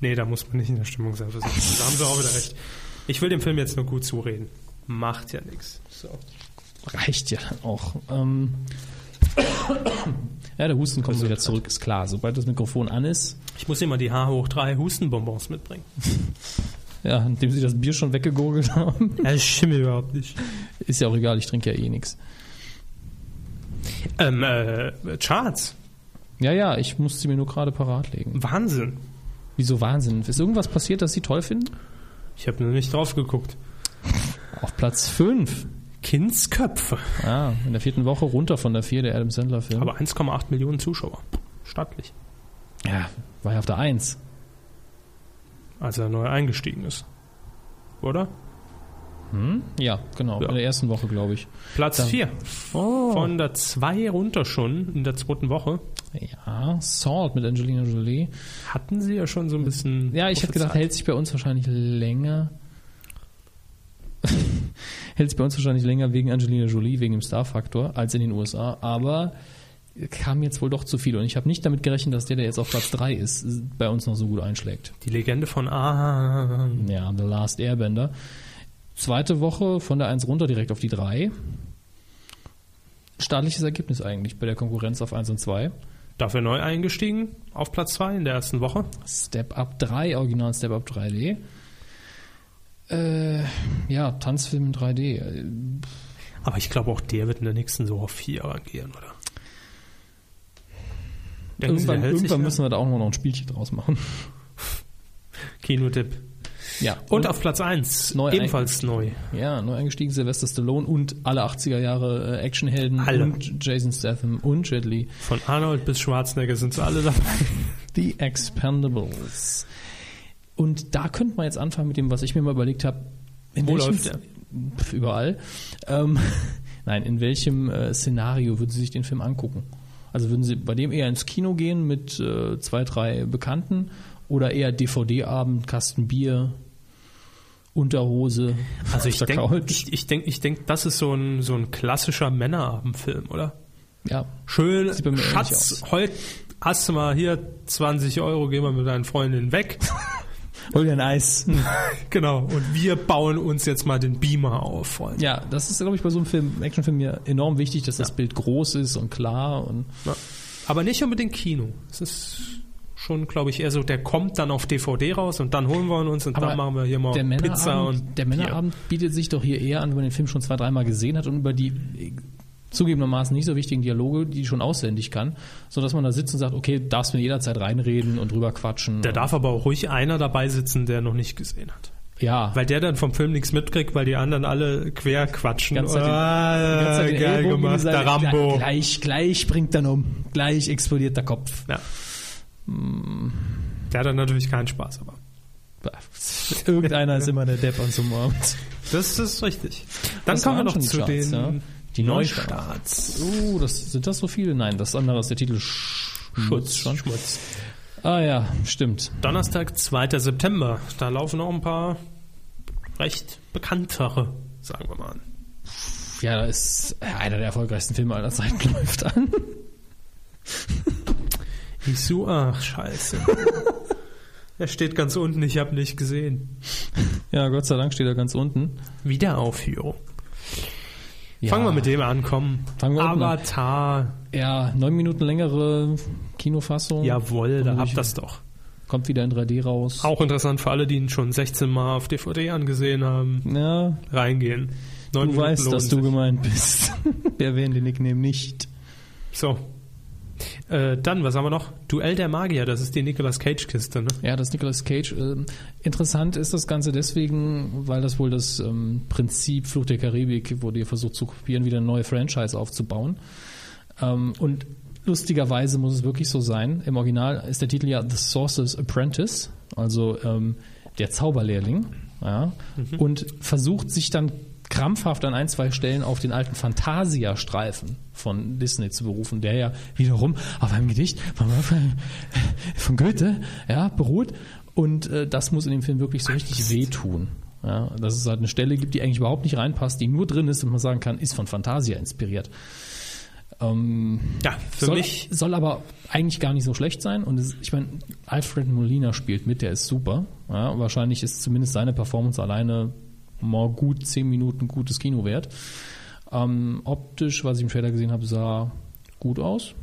Nee, da muss man nicht in der Stimmung sein. Da haben sie auch wieder recht. Ich will dem Film jetzt nur gut zureden. Macht ja nichts. So. Reicht ja dann auch. Ähm. Ja, der Husten Also, kommt wieder zurück, ist klar. Sobald das Mikrofon an ist, Ich muss immer die H hoch 3 Hustenbonbons mitbringen. ja, indem sie das Bier schon weggegurgelt haben, Das stimmt überhaupt nicht. ist ja auch egal, ich trinke ja eh nichts. Ähm, äh, Charts. Ja, ja, ich muss sie mir nur gerade parat legen. Wahnsinn. Wieso Wahnsinn? Ist irgendwas passiert, das sie toll finden? Ich habe nur nicht drauf geguckt. Auf Platz 5. Kindsköpfe. Ah, in der vierten Woche runter von der vier, der Adam Sandler-Film. Aber 1,8 Millionen Zuschauer. Stattlich. Ja, war ja auf der Eins. als er neu eingestiegen ist. Oder? Ja, genau. Ja. In der ersten Woche, glaube ich. Platz Dann- 4. Oh. Von der 2 runter schon in der zweiten Woche. Ja, Salt mit Angelina Jolie. Hatten sie ja schon so ein bisschen. Ja, ich habe gedacht, prophezeit. hält sich bei uns wahrscheinlich länger. hält sich bei uns wahrscheinlich länger wegen Angelina Jolie, wegen dem Star-Faktor, als in den USA. Aber kam jetzt wohl doch zu viel. Und ich habe nicht damit gerechnet, dass der, der jetzt auf Platz 3 ist, bei uns noch so gut einschlägt. Die Legende von Ah. Ja, The Last Airbender. Zweite Woche von der 1 runter direkt auf die 3. Staatliches Ergebnis eigentlich bei der Konkurrenz auf 1 und 2. Dafür neu eingestiegen auf Platz 2 in der ersten Woche. Step Up 3, Original Step Up 3D. Äh, ja, Tanzfilm in 3D. Äh, Aber ich glaube, auch der wird in der nächsten so auf 4 rangieren, oder? Denken Sie, der Irgendwann, hält sich ne? irgendwann da? müssen wir da auch noch ein Spielchen draus machen. Kinotipp. Ja. Und, auf Platz 1, Neu ebenfalls neu. Ja, neu eingestiegen Sylvester Stallone und alle 80er Jahre äh, Actionhelden Alle. und Jason Statham und Jet Li. Von Arnold bis Schwarzenegger sind sie alle dabei. The Expendables. Und da könnte man jetzt anfangen mit dem, was ich mir mal überlegt habe. In Wo welchem- läuft der? Pf, Überall. Ähm, nein, in welchem äh, Szenario würden Sie sich den Film angucken? Also würden Sie bei dem eher ins Kino gehen mit äh, zwei, drei Bekannten oder eher DVD-Abend, Kasten Bier, Unterhose? Also ich auf der denke, Couch? ich, ich denk, ich denk, das ist so ein, so ein klassischer Männerabendfilm, oder? ja, Schön, Sieht bei mir ähnlich Schatz, heute hast du mal hier 20 Euro, gehen wir mit deinen Freundinnen weg. hol dir ein Eis. genau, und wir bauen uns jetzt mal den Beamer auf, Freunde. Ja, das ist, glaube ich, bei so einem Film, Actionfilm ja enorm wichtig, dass das Bild groß ist und klar und Aber nicht unbedingt Kino. Es ist schon, glaube ich, eher so, der kommt dann auf DVD raus und dann holen wir ihn uns und dann machen wir hier mal der Männerabend, Pizza und Der Männerabend bietet sich doch hier eher an, wenn man den Film schon zwei, dreimal gesehen hat und über die äh, zugegebenermaßen nicht so wichtigen Dialoge, die schon auswendig kann, sodass man da sitzt und sagt, okay, darfst du mir jederzeit reinreden und drüber quatschen. Da darf aber auch ruhig einer dabei sitzen, der noch nicht gesehen hat. ja, Weil der dann vom Film nichts mitkriegt, weil die anderen alle quer quatschen. Ganz Zeit den- Ah, Ganz den geil Ellbogen in die gemacht, Seite. der Rambo. Gleich, gleich bringt dann um. Gleich explodiert der Kopf. Ja. Der hat dann natürlich keinen Spaß, aber. Irgendeiner ist immer der Depp an so einem Abend. Das ist richtig. Dann Das kommen wir waren noch schon die zu Charts, den ja. Die Neustarts. Oh, das, sind das so viele? Nein, das andere ist der Titel Schutz schon. Schmutz. Ah ja, stimmt. Donnerstag, 2. September. Da laufen auch ein paar recht bekanntere, sagen wir mal an. Ja, da ist äh, einer der erfolgreichsten Filme aller Zeiten läuft an. Ich so, ach, scheiße. er steht ganz unten, ich habe nicht gesehen. Ja, Gott sei Dank steht er ganz unten. Wiederaufführung. Ja, Fangen wir mit dem an, komm. Fangen wir unten an. Avatar. Ja, neun Minuten längere Kinofassung. Jawohl, da Und habt ich- das doch. Kommt wieder in 3D raus. Auch interessant für alle, die ihn schon 16 Mal auf DVD angesehen haben. Ja, Reingehen. Neun du Minuten weißt, lohnen dass du sich. gemeint bist. Wir erwähnen den Nickname nicht. So. Äh, dann, was haben wir noch? Duell der Magier, das ist die Nicolas Cage-Kiste, ne? Ja, das Nicolas Cage. Ähm, interessant ist das Ganze deswegen, weil das wohl das ähm, Prinzip Flucht der Karibik wurde hier versucht zu kopieren, wieder eine neue Franchise aufzubauen. Ähm, und lustigerweise muss es wirklich so sein. Im Original ist der Titel ja The Sorcerer's Apprentice, also ähm, der Zauberlehrling. Ja, Und versucht sich dann krampfhaft an ein, zwei Stellen auf den alten Fantasia-Streifen von Disney zu berufen, der ja wiederum auf einem Gedicht von, äh, von Goethe ja, beruht. Und äh, das muss in dem Film wirklich so richtig wehtun. Ja, dass es halt eine Stelle gibt, die eigentlich überhaupt nicht reinpasst, die nur drin ist und man sagen kann, ist von Fantasia inspiriert. Ähm, Ja, für soll, mich. soll aber eigentlich gar nicht so schlecht sein. Und es, ich meine, Alfred Molina spielt mit, der ist super. Ja, und wahrscheinlich ist zumindest seine Performance alleine mal gut 10 Minuten gutes Kino wert. Ähm, optisch, was ich im Trailer gesehen habe, sah gut aus.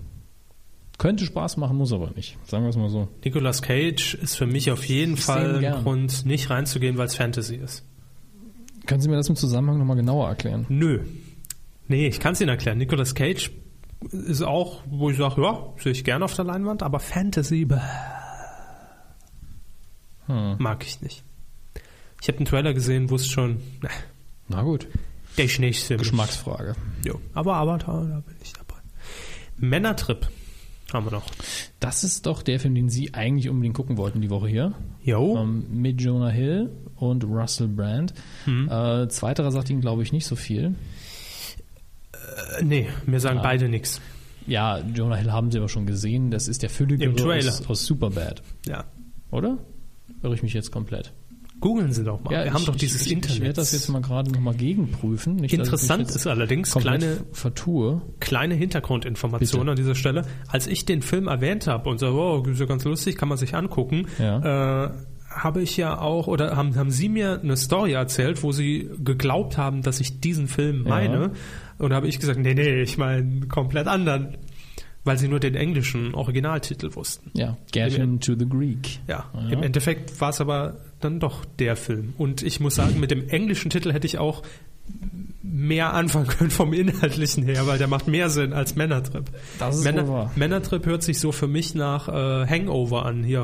Könnte Spaß machen, muss aber nicht. Sagen wir es mal so. Nicolas Cage ist für mich auf jeden Ich sehe ihn Fall ein gern. Grund, nicht reinzugehen, weil es Fantasy ist. Können Sie mir das im Zusammenhang nochmal genauer erklären? Nö. Nee, ich kann es Ihnen erklären. Nicolas Cage ist auch, wo ich sage, ja, sehe ich gerne auf der Leinwand, aber Fantasy bäh, Hm. mag ich nicht. Ich habe den Trailer gesehen, wusste schon, ne, Na gut. der ist nicht für mich. Geschmacksfrage. Jo. Aber Avatar, da bin ich dabei. Männertrip haben wir noch. Das ist doch der Film, den Sie eigentlich unbedingt gucken wollten die Woche hier. Jo. Ähm, mit Jonah Hill und Russell Brand. Mhm. Äh, zweiterer sagt Ihnen, glaube ich, nicht so viel. Äh, nee, mir sagen beide nichts. Ja, Jonah Hill haben Sie aber schon gesehen. Das ist der Im Fülligere Trailer. aus, aus Superbad, Ja. oder? Irre ich mich jetzt komplett. Googeln Sie doch mal. wir ich, haben doch dieses ich, ich, Internet. Ich werde das jetzt mal gerade nochmal gegenprüfen. Nicht, dass ich mich Interessant jetzt ist allerdings, komplett kleine, Vertue. kleine Hintergrundinformation Bitte. an dieser Stelle. Als ich den Film erwähnt habe und so, wow, ist ja ganz lustig, kann man sich angucken, äh, habe ich ja auch, oder haben, haben Sie mir eine Story erzählt, wo Sie geglaubt haben, dass ich diesen Film meine. Und habe ich gesagt, nee, nee, ich meine einen komplett anderen. Weil Sie nur den englischen Originaltitel wussten. Ja, Get Im- him to the Greek. Ja, im Endeffekt war es aber dann doch der Film. Und ich muss sagen, mit dem englischen Titel hätte ich auch mehr anfangen können vom Inhaltlichen her, weil der macht mehr Sinn als Männertrip. Das ist wohl Männer, wahr. Männertrip hört sich so für mich nach äh, Hangover an. Hier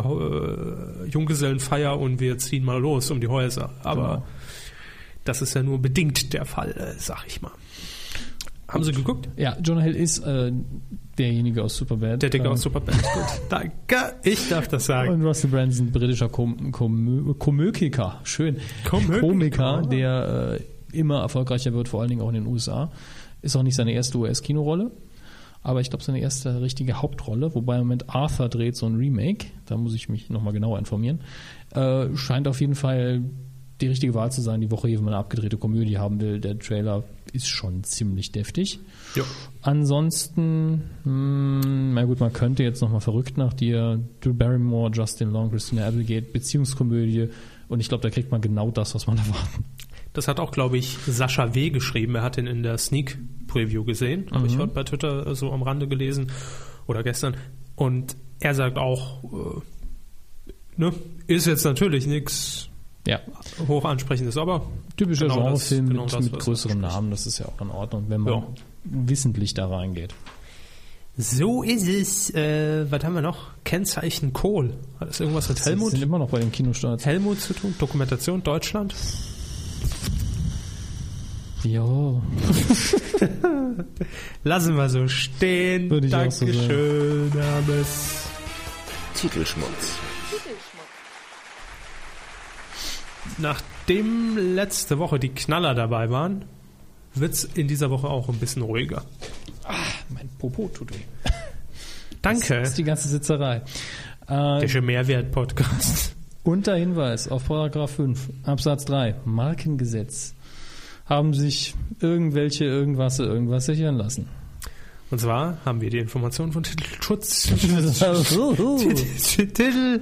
äh, Junggesellenfeier und wir ziehen mal los um die Häuser. Aber Genau. das ist ja nur bedingt der Fall, äh, sag ich mal. Haben Sie geguckt? Ja, Jonah Hill ist äh, derjenige aus Superbad. Der Dicke Ähm, aus Superbad. Gut, danke. Ich darf das sagen. Und Russell Brand ist ein britischer Kom Komö Komökiker, schön. Komökiker. Komiker, der äh, immer erfolgreicher wird, vor allen Dingen auch in den USA. Ist auch nicht seine erste US-Kinorolle, aber ich glaube seine erste richtige Hauptrolle, wobei im Moment Arthur dreht so ein Remake, da muss ich mich nochmal genauer informieren. Äh, scheint auf jeden Fall die richtige Wahl zu sein, die Woche hier, wenn man eine abgedrehte Komödie haben will. Der Trailer ist schon ziemlich deftig. Jo. Ansonsten, hm, na gut, man könnte jetzt nochmal verrückt nach dir. Drew Barrymore, Justin Long, Christina Applegate, Beziehungskomödie. Und ich glaube, da kriegt man genau das, was man erwarten. Das hat auch, glaube ich, Sascha W. geschrieben. Er hat ihn in der Sneak Preview gesehen. Habe Mhm. ich heute bei Twitter äh, so am Rande gelesen oder gestern. Und er sagt auch, äh, ne, ist jetzt natürlich nichts Ja, hochansprechendes, aber typischer Genau das- Genrefilm genau mit, das, mit was größerem man Namen, das ist ja auch in Ordnung, wenn man Ja. wissentlich da reingeht. so ist es. Äh, was haben wir noch? Kennzeichen Kohl. Hat das irgendwas mit Wir sind Helmut? immer noch bei den Kinostarts. Helmut zu tun? Dokumentation Deutschland? Ja, Lassen wir so stehen. Würde ich auch so Dankeschön, Hermes. Titelschmutz. Nachdem letzte Woche die Knaller dabei waren, wird's in dieser Woche auch ein bisschen ruhiger. mein Popo tut weh. Danke. Das ist die ganze Sitzerei. Äh, Der Mehrwert-Podcast. Unter Hinweis auf Paragraph 5 Absatz 3 Markengesetz haben sich irgendwelche irgendwas irgendwas sichern lassen. Und zwar haben wir die Informationen von Titelschutz. Titelschutz Titel,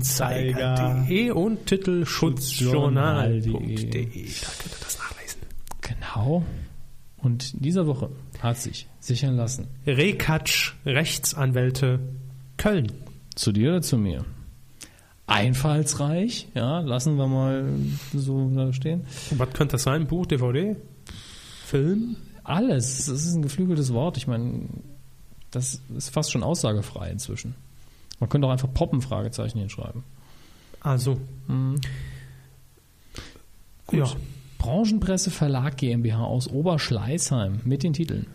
Titelschutzanzeiger.de und Titelschutzjournal.de. Da könnt ihr das nachlesen. genau. Und in dieser Woche hat sich sichern lassen. Rekatsch, Rechtsanwälte, Köln. Zu dir oder zu mir? Einfallsreich, ja, lassen wir mal so da stehen. Was könnte das sein? Buch, DVD? Film? Alles, das ist ein geflügeltes Wort. Ich meine, das ist fast schon aussagefrei inzwischen. Man könnte auch einfach Poppen Fragezeichen hinschreiben. Also. Gut. Ja. Branchenpresse Verlag GmbH aus Oberschleißheim mit den Titeln.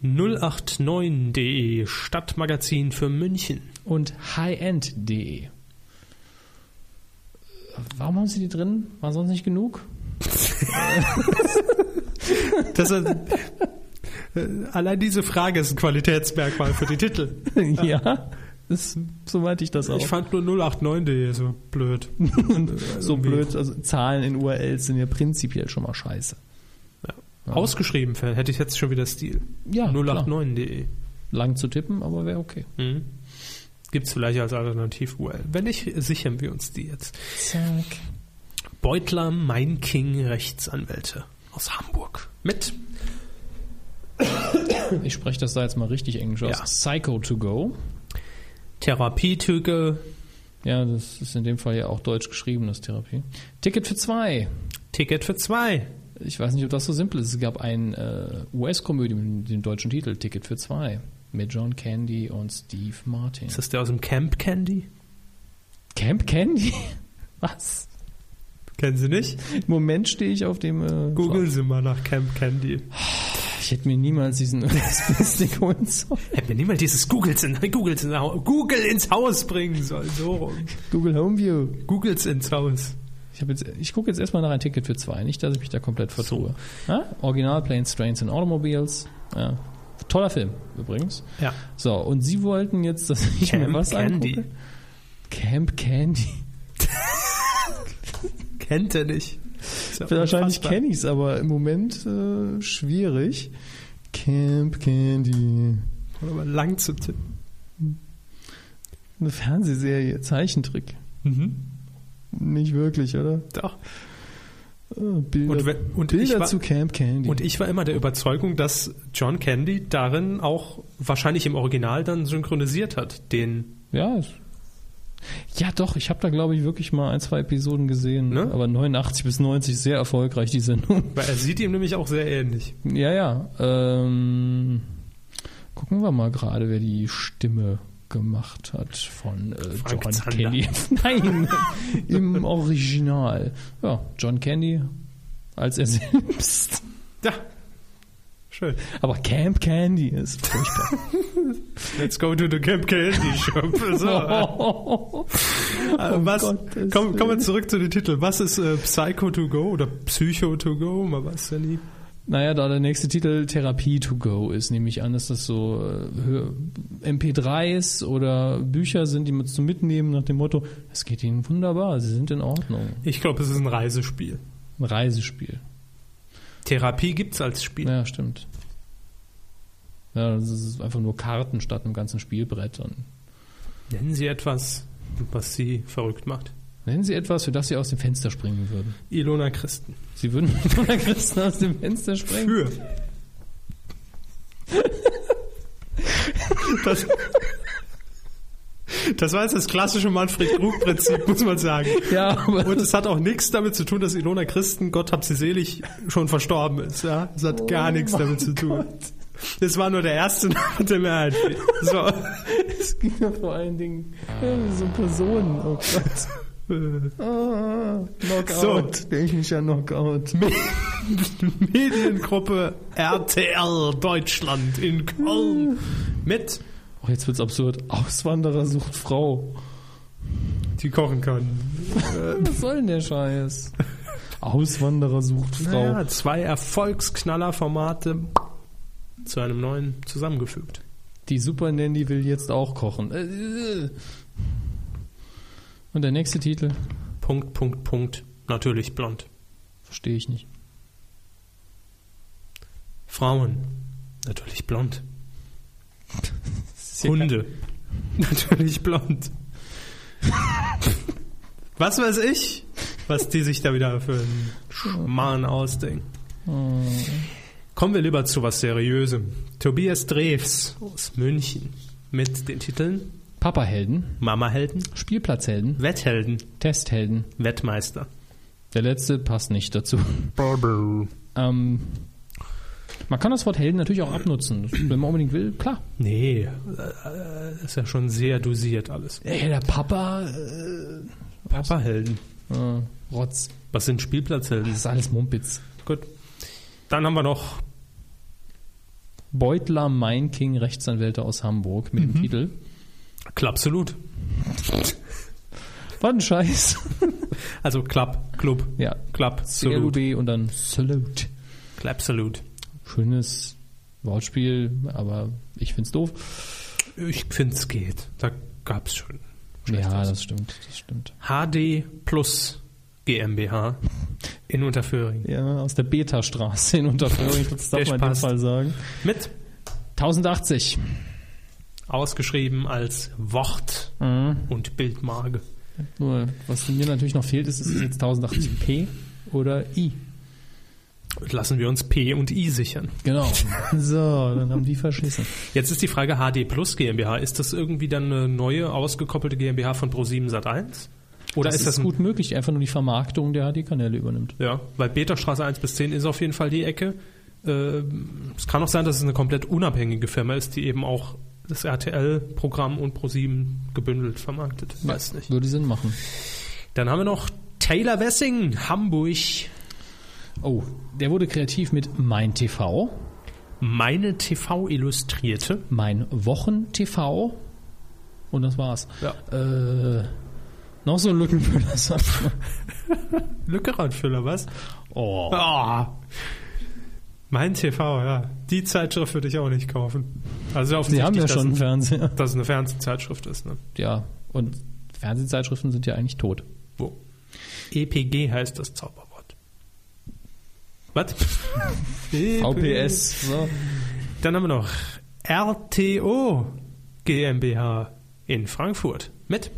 089.de E, Stadtmagazin für München. Und highend.de. E. Warum haben sie die drin? War sonst nicht genug? Das ist, äh, allein diese Frage ist ein Qualitätsmerkmal für die Titel. ja. Ist, soweit ich das auch. Ich fand nur 089.de E so blöd. so blöd. Also Zahlen in URLs sind ja prinzipiell schon mal scheiße. Ausgeschrieben fäll- hätte ich jetzt schon wieder Stil. Ja, 089.de. Lang zu tippen, aber wäre okay. Mhm. Gibt es vielleicht als Alternativ-URL. Wenn nicht, sichern wir uns die jetzt. Zack. Beutler Mainking Rechtsanwälte aus Hamburg. Mit Ich spreche das da jetzt mal richtig englisch aus. Ja. Psycho to go. Therapietüge, Ja, das ist in dem Fall ja auch deutsch geschrieben, das Therapie. Ticket für zwei. Ticket für zwei. Ich weiß nicht, ob das so simpel ist. Es gab ein äh, US-Komödie mit dem deutschen Titel Ticket für zwei mit John Candy und Steve Martin. Ist das der aus dem Camp Candy? Camp Candy? Was? Kennen Sie nicht? Im Moment stehe ich auf dem äh, Googeln Sie mal nach Camp Candy. Ich hätte mir niemals diesen USB-Stick holen sollen. Hätte mir niemand dieses Googles in, Googles in, Google ins Haus bringen sollen. So rum. Google Home View. Googles ins Haus. Ich, hab jetzt- ich gucke jetzt erstmal nach ein Ticket für zwei, nicht, dass ich mich da komplett vertue. Ja? Original Planes, Trains and Automobiles. Ja. Toller Film übrigens. Ja. So, und Sie wollten jetzt, dass ich mir Camp was Candy. angucke? Camp Candy. Kennt er nicht. Ist ja Wahrscheinlich unfassbar. kenne ich es, aber im Moment äh, schwierig. Camp Candy. Aber lang zu tippen. Eine Fernsehserie, Zeichentrick. Mhm. Nicht wirklich, oder? Doch. Äh, Bilder, Und wenn- und ich Bilder war- zu Camp Candy. Und ich war immer der Überzeugung, dass John Candy darin auch wahrscheinlich im Original dann synchronisiert hat. Den, Ja, es- ja doch, ich habe da glaube ich wirklich mal ein, zwei Episoden gesehen, Ne? aber 89 bis 90 sehr erfolgreich die Sendung. weil er sieht ihm nämlich auch sehr ähnlich. ja, ja. Ähm, gucken wir mal gerade, wer die Stimme gemacht hat von äh, Frank John Zander. Candy. Nein, im Original. Ja, John Candy als er selbst. Ja. Schön. Aber Camp Candy ist furchtbar. Let's go to the Camp Candy Shop. So, äh, was, Gottes komm, kommen wir zurück zu den Titeln. Was ist äh, Psycho to go oder Psycho to go? Man weiß ja nie. Naja, da der nächste Titel Therapie to go ist, nehme ich an, dass das so äh, Hör- MP3s oder Bücher sind, die man zum Mitnehmen nach dem Motto, es geht Ihnen wunderbar, Sie sind in Ordnung. Ich glaube, es ist ein Reisespiel. Ein Reisespiel. Therapie gibt's als Spiel. Ja, stimmt. Ja, das ist einfach nur Karten statt einem ganzen Spielbrett. Und Nennen Sie etwas, was Sie verrückt macht. nennen Sie etwas, für das Sie aus dem Fenster springen würden. Ilona Christen. Sie würden mit Dona Christen aus dem Fenster springen? Für. Das, das war jetzt das klassische Manfred Krug-Prinzip, muss man sagen. Ja, aber Und es hat auch nichts damit zu tun, dass Ilona Christen, Gott hab sie selig, schon verstorben ist. Ja? Es hat gar nichts damit zu tun. Das war nur der erste Name, der mir einfiel. So. es ging ja vor allen Dingen äh, so Personen. Oh Gott. Ah, Knockout. So. Denke ich mich an Knockout. Mediengruppe RTL Deutschland in Köln mit Oh, jetzt wird's absurd. Auswanderer sucht Frau. die kochen kann. Was soll denn der Scheiß? Auswanderer sucht Frau. Naja, zwei Erfolgsknallerformate zu einem neuen zusammengefügt. Die Super Nanny will jetzt auch kochen. Äh, äh. Und der nächste Titel? Punkt, Punkt, Punkt. Natürlich blond. Verstehe ich nicht. Frauen. Natürlich blond. Ist hier Hunde. Natürlich blond. Was weiß ich, was die sich da wieder für einen Schmarrn ausdenken. Kommen wir lieber zu was Seriösem. Tobias Drews aus München mit den Titeln kein- Papahelden, Mamahelden, Spielplatzhelden, Wetthelden, Testhelden. Wettmeister. Der letzte passt nicht dazu. Ähm, man kann das Wort Helden natürlich auch abnutzen. Wenn man unbedingt will, klar. Nee, äh, ist ja schon sehr dosiert alles. Ey, der Papa. Papahelden. Äh, Rotz. Was sind Das Spielplatzhelden? ist alles Mumpitz. Gut. Dann haben wir noch Beutler Mein King Rechtsanwälte aus Hamburg mit dem Titel. Klapsolut. Was ein Scheiß. Also Klapp, Club, ja. Klapsolut. CLUB und dann Salute. Klapsolut. Schönes Wortspiel, aber ich find's doof. Ich find's geht. Da gab's schon. ja, das stimmt, das stimmt. HD Plus GmbH in Unterföhring. Ja, aus der Beta-Straße in Unterföhring, das darf Der man in dem Spaß. Fall sagen. Mit 1080. ausgeschrieben als Wort Mhm. und Bildmarke. Nur, was mir natürlich noch fehlt, ist, ist es jetzt 1080p oder i. Lassen wir uns P und I sichern. Genau. So, dann haben die verschissen. Jetzt ist die Frage HD Plus GmbH. Ist das irgendwie dann eine neue, ausgekoppelte GmbH von Pro7 Sat1? Oder Das ist das ein, gut möglich, einfach nur die Vermarktung der HD-Kanäle übernimmt. Ja, weil Beterstraße 1 bis 10 ist auf jeden Fall die Ecke. Ähm, es kann auch sein, dass es eine komplett unabhängige Firma ist, die eben auch das RTL-Programm und Pro7 gebündelt vermarktet. Weiß nicht. Würde Sinn machen. Dann haben wir noch Taylor Wessing, Hamburg. Oh, der wurde kreativ mit Mein TV, meine TV illustrierte. Mein Wochen-TV. Und das war's. Äh, noch so ein Lückenfüller. Lückeranfüller, was? oh. Oh. Mein TV, ja. Die Zeitschrift würde ich auch nicht kaufen. Also Sie offensichtlich, haben ja dass, schon einen Fernseher. dass es eine Fernsehzeitschrift ist. Ne? Ja, und Fernsehzeitschriften sind ja eigentlich tot. Wo? EPG heißt das Zauberwort. Was? VPS. So. Dann haben wir noch RTO GmbH in Frankfurt mit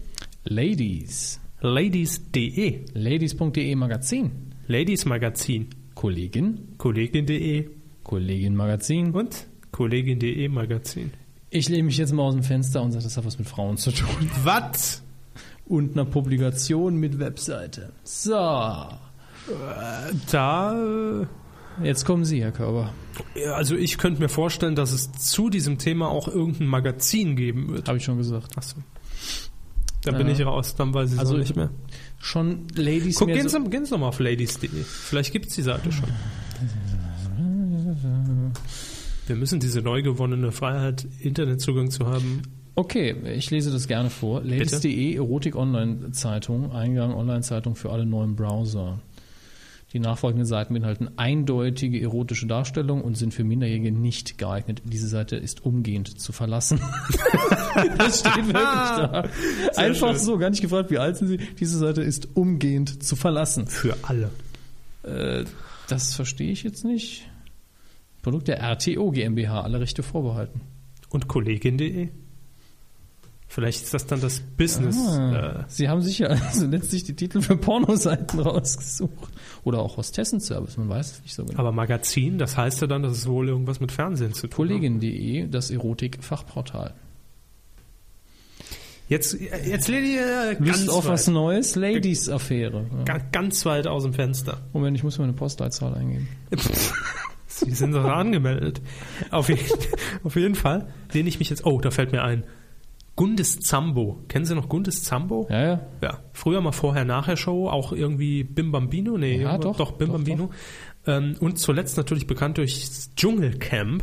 Ladies. ladies.de, Ladies.de Magazin. Ladies Magazin, Kollegin. Kollegin.de Kollegin Magazin. und Kollegin.de Magazin. Ich lehne mich jetzt mal aus dem Fenster und sage, das hat was mit Frauen zu tun. Was? Und einer Publikation mit Webseite. So. Da. Jetzt kommen Sie, Herr Körber. äh, Also ich könnte mir vorstellen, dass es zu diesem Thema auch irgendein Magazin geben wird. Habe ich schon gesagt. Achso. Dann bin Ja. ich raus, dann weiß ich Also also nicht mehr. Schon Ladies Guck, mehr gehen so- Sie, gehen Sie doch mal auf ladies.de. Vielleicht gibt es die Seite schon. Wir müssen diese neu gewonnene Freiheit, Internetzugang zu haben. Okay, ich lese das gerne vor. Ladies.de, Erotik-Online-Zeitung, Eingang-Online-Zeitung für alle neuen Browser. Die nachfolgenden Seiten beinhalten eindeutige erotische Darstellungen und sind für Minderjährige nicht geeignet. Diese Seite ist umgehend zu verlassen. das steht wirklich da. Einfach schön. so, gar nicht gefragt, wie alt sind Sie. Diese Seite ist umgehend zu verlassen. Für alle. Äh, das verstehe ich jetzt nicht. Produkt der RTO GmbH, alle Rechte vorbehalten. Und kollegin.de? Vielleicht ist das dann das Business. Ah, Äh, Sie haben sicher also letztlich die Titel für Pornoseiten rausgesucht. Oder auch Hostessenservice, man weiß es nicht so genau. äh, aber Magazin, das heißt ja dann, dass es wohl irgendwas mit Fernsehen zu tun hat. Kollegin.de, das Erotik-Fachportal. Jetzt, jetzt lehne ich äh, ganz, Lust auf was weit, Neues? Ladies-Affäre. Ja. ga- ganz weit aus dem Fenster. Moment, ich muss meine Postleitzahl eingeben. Sie sind doch angemeldet. Auf jeden, auf jeden Fall lehne ich mich jetzt. Oh, da fällt mir ein. Gundes Zambo. Kennen Sie noch Gundes Zambo? Ja, ja. Ja. Früher mal vorher, nachher Show, auch irgendwie Bim Bambino. Nee, Ja, irgendwas- doch, doch Bim doch, Bambino. Ähm, und zuletzt natürlich bekannt durch Dschungelcamp.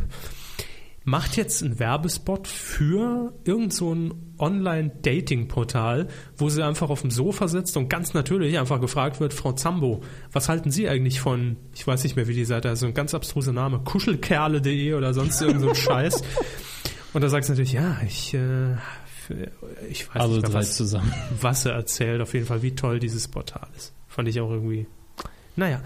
Macht jetzt einen Werbespot für irgend so ein Online-Dating-Portal, wo sie einfach auf dem Sofa sitzt und ganz natürlich einfach gefragt wird, Frau Zambo, was halten Sie eigentlich von, ich weiß nicht mehr, wie die Seite heißt, so ein ganz abstruser Name, kuschelkerle.de oder sonst irgend so ein Scheiß. Und da sagt sie natürlich, ja, ich, äh, ich weiß Also nicht mehr, drei was, zusammen. was er erzählt, auf jeden Fall, wie toll dieses Portal ist. Fand ich auch irgendwie. Naja.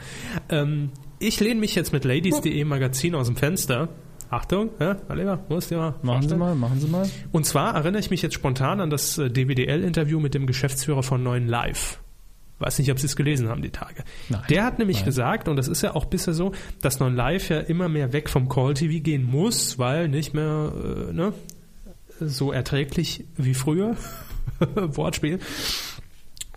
Ähm, ich lehne mich jetzt mit ladies.de Magazin aus dem Fenster. Achtung, ja, Aleva, muss dir mal Machen Sie vorstellen. mal, machen Sie mal. Und zwar erinnere ich mich jetzt spontan an das äh, DWDL-Interview mit dem Geschäftsführer von Neuen Live. Weiß nicht, ob Sie es gelesen haben, die Tage. Nein. Der hat nämlich Nein. gesagt, und das ist ja auch bisher so, dass Non Live ja immer mehr weg vom Call TV gehen muss, weil nicht mehr äh, ne, so erträglich wie früher. Wortspiel.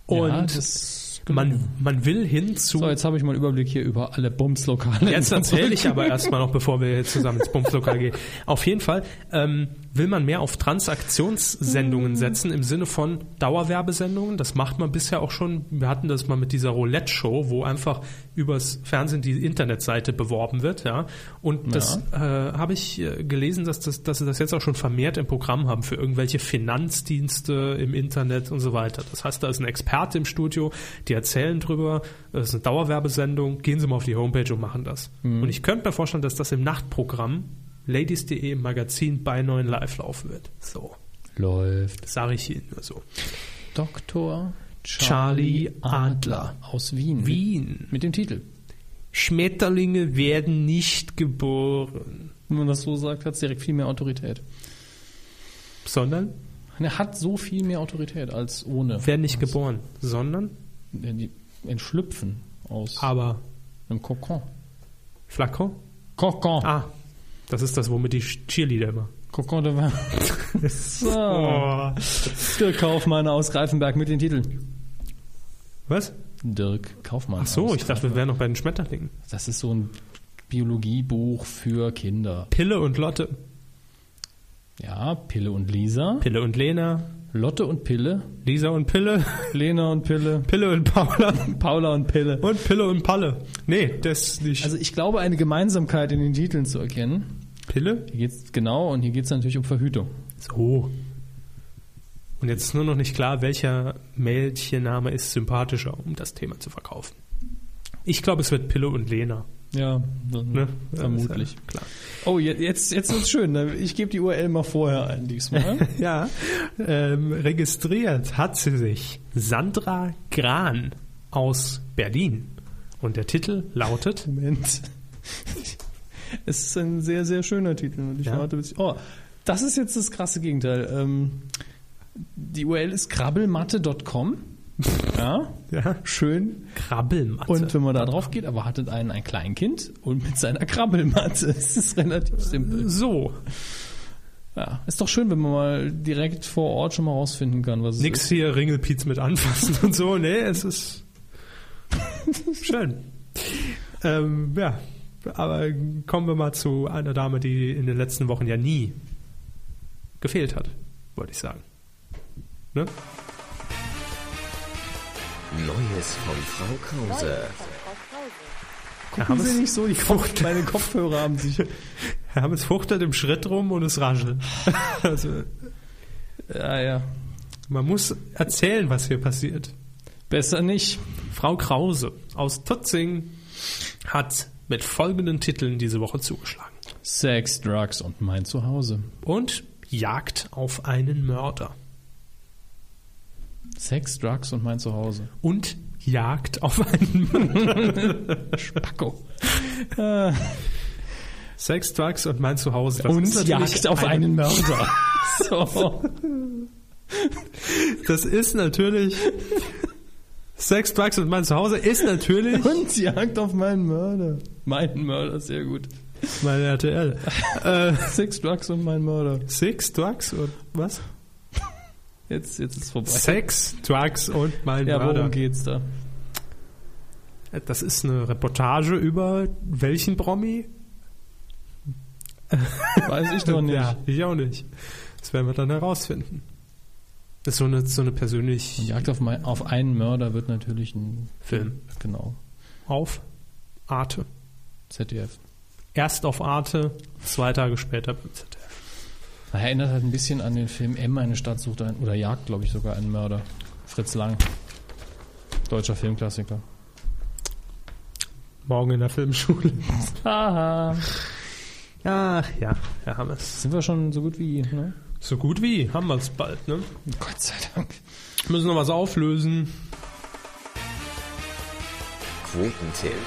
Und ja, das, man, man will hin zu. so, jetzt habe ich mal einen Überblick hier über alle Bumslokale. Jetzt erzähle ich aber erstmal noch, bevor wir jetzt zusammen ins Bumslokal gehen. Auf jeden Fall ähm, will man mehr auf Transaktionssendungen setzen im Sinne von Dauerwerbesendungen. Das macht man bisher auch schon. Wir hatten das mal mit dieser Roulette-Show, wo einfach übers Fernsehen die Internetseite beworben wird. Ja? Und das äh, habe ich äh, gelesen, dass, das, dass sie das jetzt auch schon vermehrt im Programm haben für irgendwelche Finanzdienste im Internet und so weiter. Das heißt, da ist ein Experte im Studio, die erzählen drüber, das ist eine Dauerwerbesendung, gehen Sie mal auf die Homepage und machen das. Und ich könnte mir vorstellen, dass das im Nachtprogramm ladies.de im Magazin bei 9 Live laufen wird. So, Läuft. sage ich Ihnen nur so. Dr. Charlie Adler. aus Wien. Wien. Mit dem Titel. Schmetterlinge werden nicht geboren, Wenn man das so sagt, hat es direkt viel mehr Autorität. sondern Er hat so viel mehr Autorität als ohne. werden nicht geboren, sondern Die entschlüpfen aus aber einem Kokon. Flakon. Kokon. Ah, das ist das, womit die Cheerleader immer. Kokon de Vin. so. Oh. Dirk Kaufmann aus Greifenberg mit dem Titel. Was? Dirk Kaufmann. Ach so, aus ich dachte, wir wären noch bei den Schmetterlingen. Das ist so ein Biologiebuch für Kinder. Pille und Lotte. Ja, Pille und Lisa. Pille und Lena. Lotte und Pille. Lisa und Pille. Lena und Pille. Pille und Paula. Paula und Pille. Und Pille und Palle. Nee, das nicht. Also ich glaube, eine Gemeinsamkeit in den Titeln zu erkennen. Pille? Hier geht's genau und hier geht es natürlich um Verhütung. So. Und jetzt ist nur noch nicht klar, welcher Mädchenname ist sympathischer, um das Thema zu verkaufen. Ich glaube, es wird Pille und Lena. Ja, Ne? vermutlich. Ja, ist ja klar. Oh, je- jetzt, jetzt wird's schön. Ich gebe die URL mal vorher ein diesmal. Ja, ähm, registriert hat sie sich Sandra Gran aus Berlin. Und der Titel lautet Moment. Es ist ein sehr, sehr schöner Titel. Und ich Ja. warte, bis ich, oh, das ist jetzt das krasse Gegenteil. Ähm, die URL ist krabbelmatte.com. Ja, ja, schön. Krabbelmatze. Und wenn man da drauf geht, erwartet einen ein Kleinkind und mit seiner Krabbelmatte. Es ist relativ simpel. so, Ja, ist doch schön, wenn man mal direkt vor Ort schon mal rausfinden kann, was es ist. nix hier Ringelpiez mit anfassen und so. Nee, es ist schön. Ähm, ja, aber kommen wir mal zu einer Dame, die in den letzten Wochen ja nie gefehlt hat, wollte ich sagen. Ne? Neues von Frau Krause. Herr Gucken Sie Hammes, nicht so, die Kopf, meine Kopfhörer haben sich. Herr Hammes fuchtelt im Schritt rum und es raschelt. also, Ja, Ah, ja. Man muss erzählen, was hier passiert. Besser nicht. Frau Krause aus Tutzing hat mit folgenden Titeln diese Woche zugeschlagen. Sex, Drugs und mein Zuhause. Und Jagd auf einen Mörder. Sex, Drugs und mein Zuhause. Und Jagd auf einen Mörder. Spacko. Sex, Drugs und mein Zuhause. Das und ist Also natürlich Jagd auf eine- einen Mörder. so. Das ist natürlich... Sex, Drugs und mein Zuhause ist natürlich Und Jagd auf meinen Mörder. Mein Mörder, sehr gut. meine RTL. Sex, Drugs und mein Mörder. Sex, Drugs und was? Jetzt, jetzt ist vorbei. Sex, Drugs und mein ja, Mörder. worum geht's da? Das ist eine Reportage über welchen Promi? Weiß ich doch nicht. Ja, ich auch nicht. Das werden wir dann herausfinden. Das ist so eine, so eine persönlich Jagd auf, mein, auf einen Mörder wird natürlich ein Film. Genau. Auf Arte. ZDF. Erst auf Arte, zwei Tage später beim ZDF. Er erinnert halt ein bisschen an den Film M, eine Stadt sucht einen, oder jagt, glaube ich, sogar einen Mörder. Fritz Lang. Deutscher Filmklassiker. Morgen in der Filmschule. Haha. Ach ja, wir haben es. Sind wir schon so gut wie, ne? So gut wie, haben wir es bald, ne? Gott sei Dank. Müssen noch was auflösen. Quotentipp.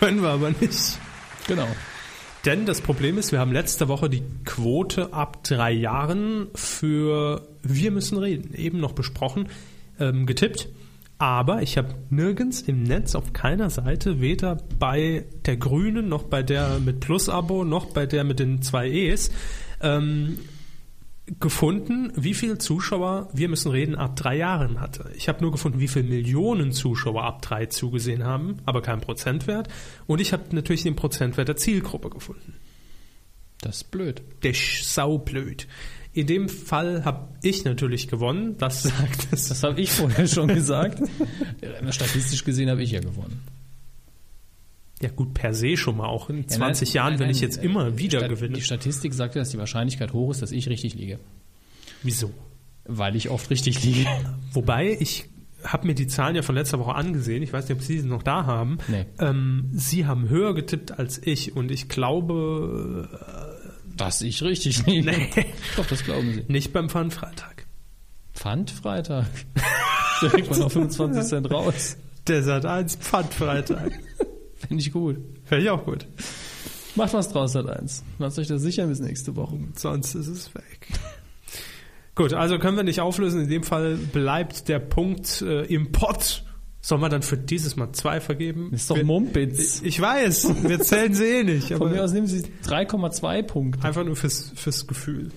Können wir aber nicht. Genau. Denn das Problem ist, wir haben letzte Woche die Quote ab drei Jahren für Wir müssen reden eben noch besprochen, ähm, getippt. Aber ich habe nirgends im Netz auf keiner Seite, weder bei der Grünen noch bei der mit Plus-Abo noch bei der mit den zwei E's, ähm, gefunden, wie viele Zuschauer Wir müssen reden ab drei Jahren hatte. Ich habe nur gefunden, wie viele Millionen Zuschauer ab drei zugesehen haben, aber keinen Prozentwert. Und ich habe natürlich den Prozentwert der Zielgruppe gefunden. Das ist blöd. Der Sch- saublöd. In dem Fall habe ich natürlich gewonnen. Das sagt es. Das habe ich vorher schon gesagt. Statistisch gesehen habe ich ja gewonnen. Ja gut, per se schon mal auch in Ja, 20 nein, Jahren, nein, wenn ich nein, jetzt äh, immer wieder Stat- gewinne. Die Statistik sagt ja, dass die Wahrscheinlichkeit hoch ist, dass ich richtig liege. Wieso? Weil ich oft richtig liege. Wobei ich habe mir die Zahlen ja von letzter Woche angesehen. Ich weiß nicht, ob Sie sie noch da haben. Nee. Ähm, sie haben höher getippt als ich und ich glaube, Dass ich richtig liege. Nee. Doch, das glauben sie. Nicht beim Fun-Freitag. Pfandfreitag. Da kriegt man noch 25 Cent raus. Der Sat 1 Pfand-Freitag. Finde ich gut. Fände ich auch gut. Macht was draus, Sat 1. Lasst euch das sichern bis nächste Woche. Sonst ist es weg. gut, also können wir nicht auflösen. In dem Fall bleibt der Punkt äh, im Pott. Sollen wir dann für dieses Mal zwei vergeben? Ist doch wir, Mumpitz. Ich weiß, wir zählen sie eh nicht. Von mir Aber aus nehmen sie 3,2 Punkte. einfach nur fürs, fürs Gefühl.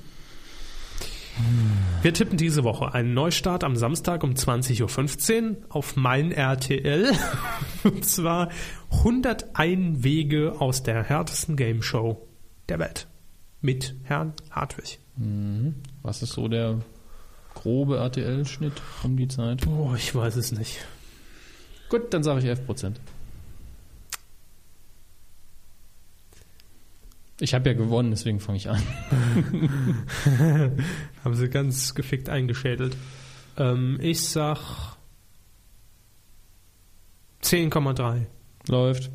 Wir tippen diese Woche einen Neustart am Samstag um 20.15 Uhr auf mein RTL. Und zwar 101 Wege aus der härtesten Game Show der Welt. Mit Herrn Hartwig. Was ist so der grobe RTL-Schnitt um die Zeit? Boah, ich weiß es nicht. Gut, dann sage ich 11%. Ich habe ja gewonnen, deswegen fange ich an. Haben sie ganz gefickt eingeschädelt. Ähm, ich sag 10,3. Läuft.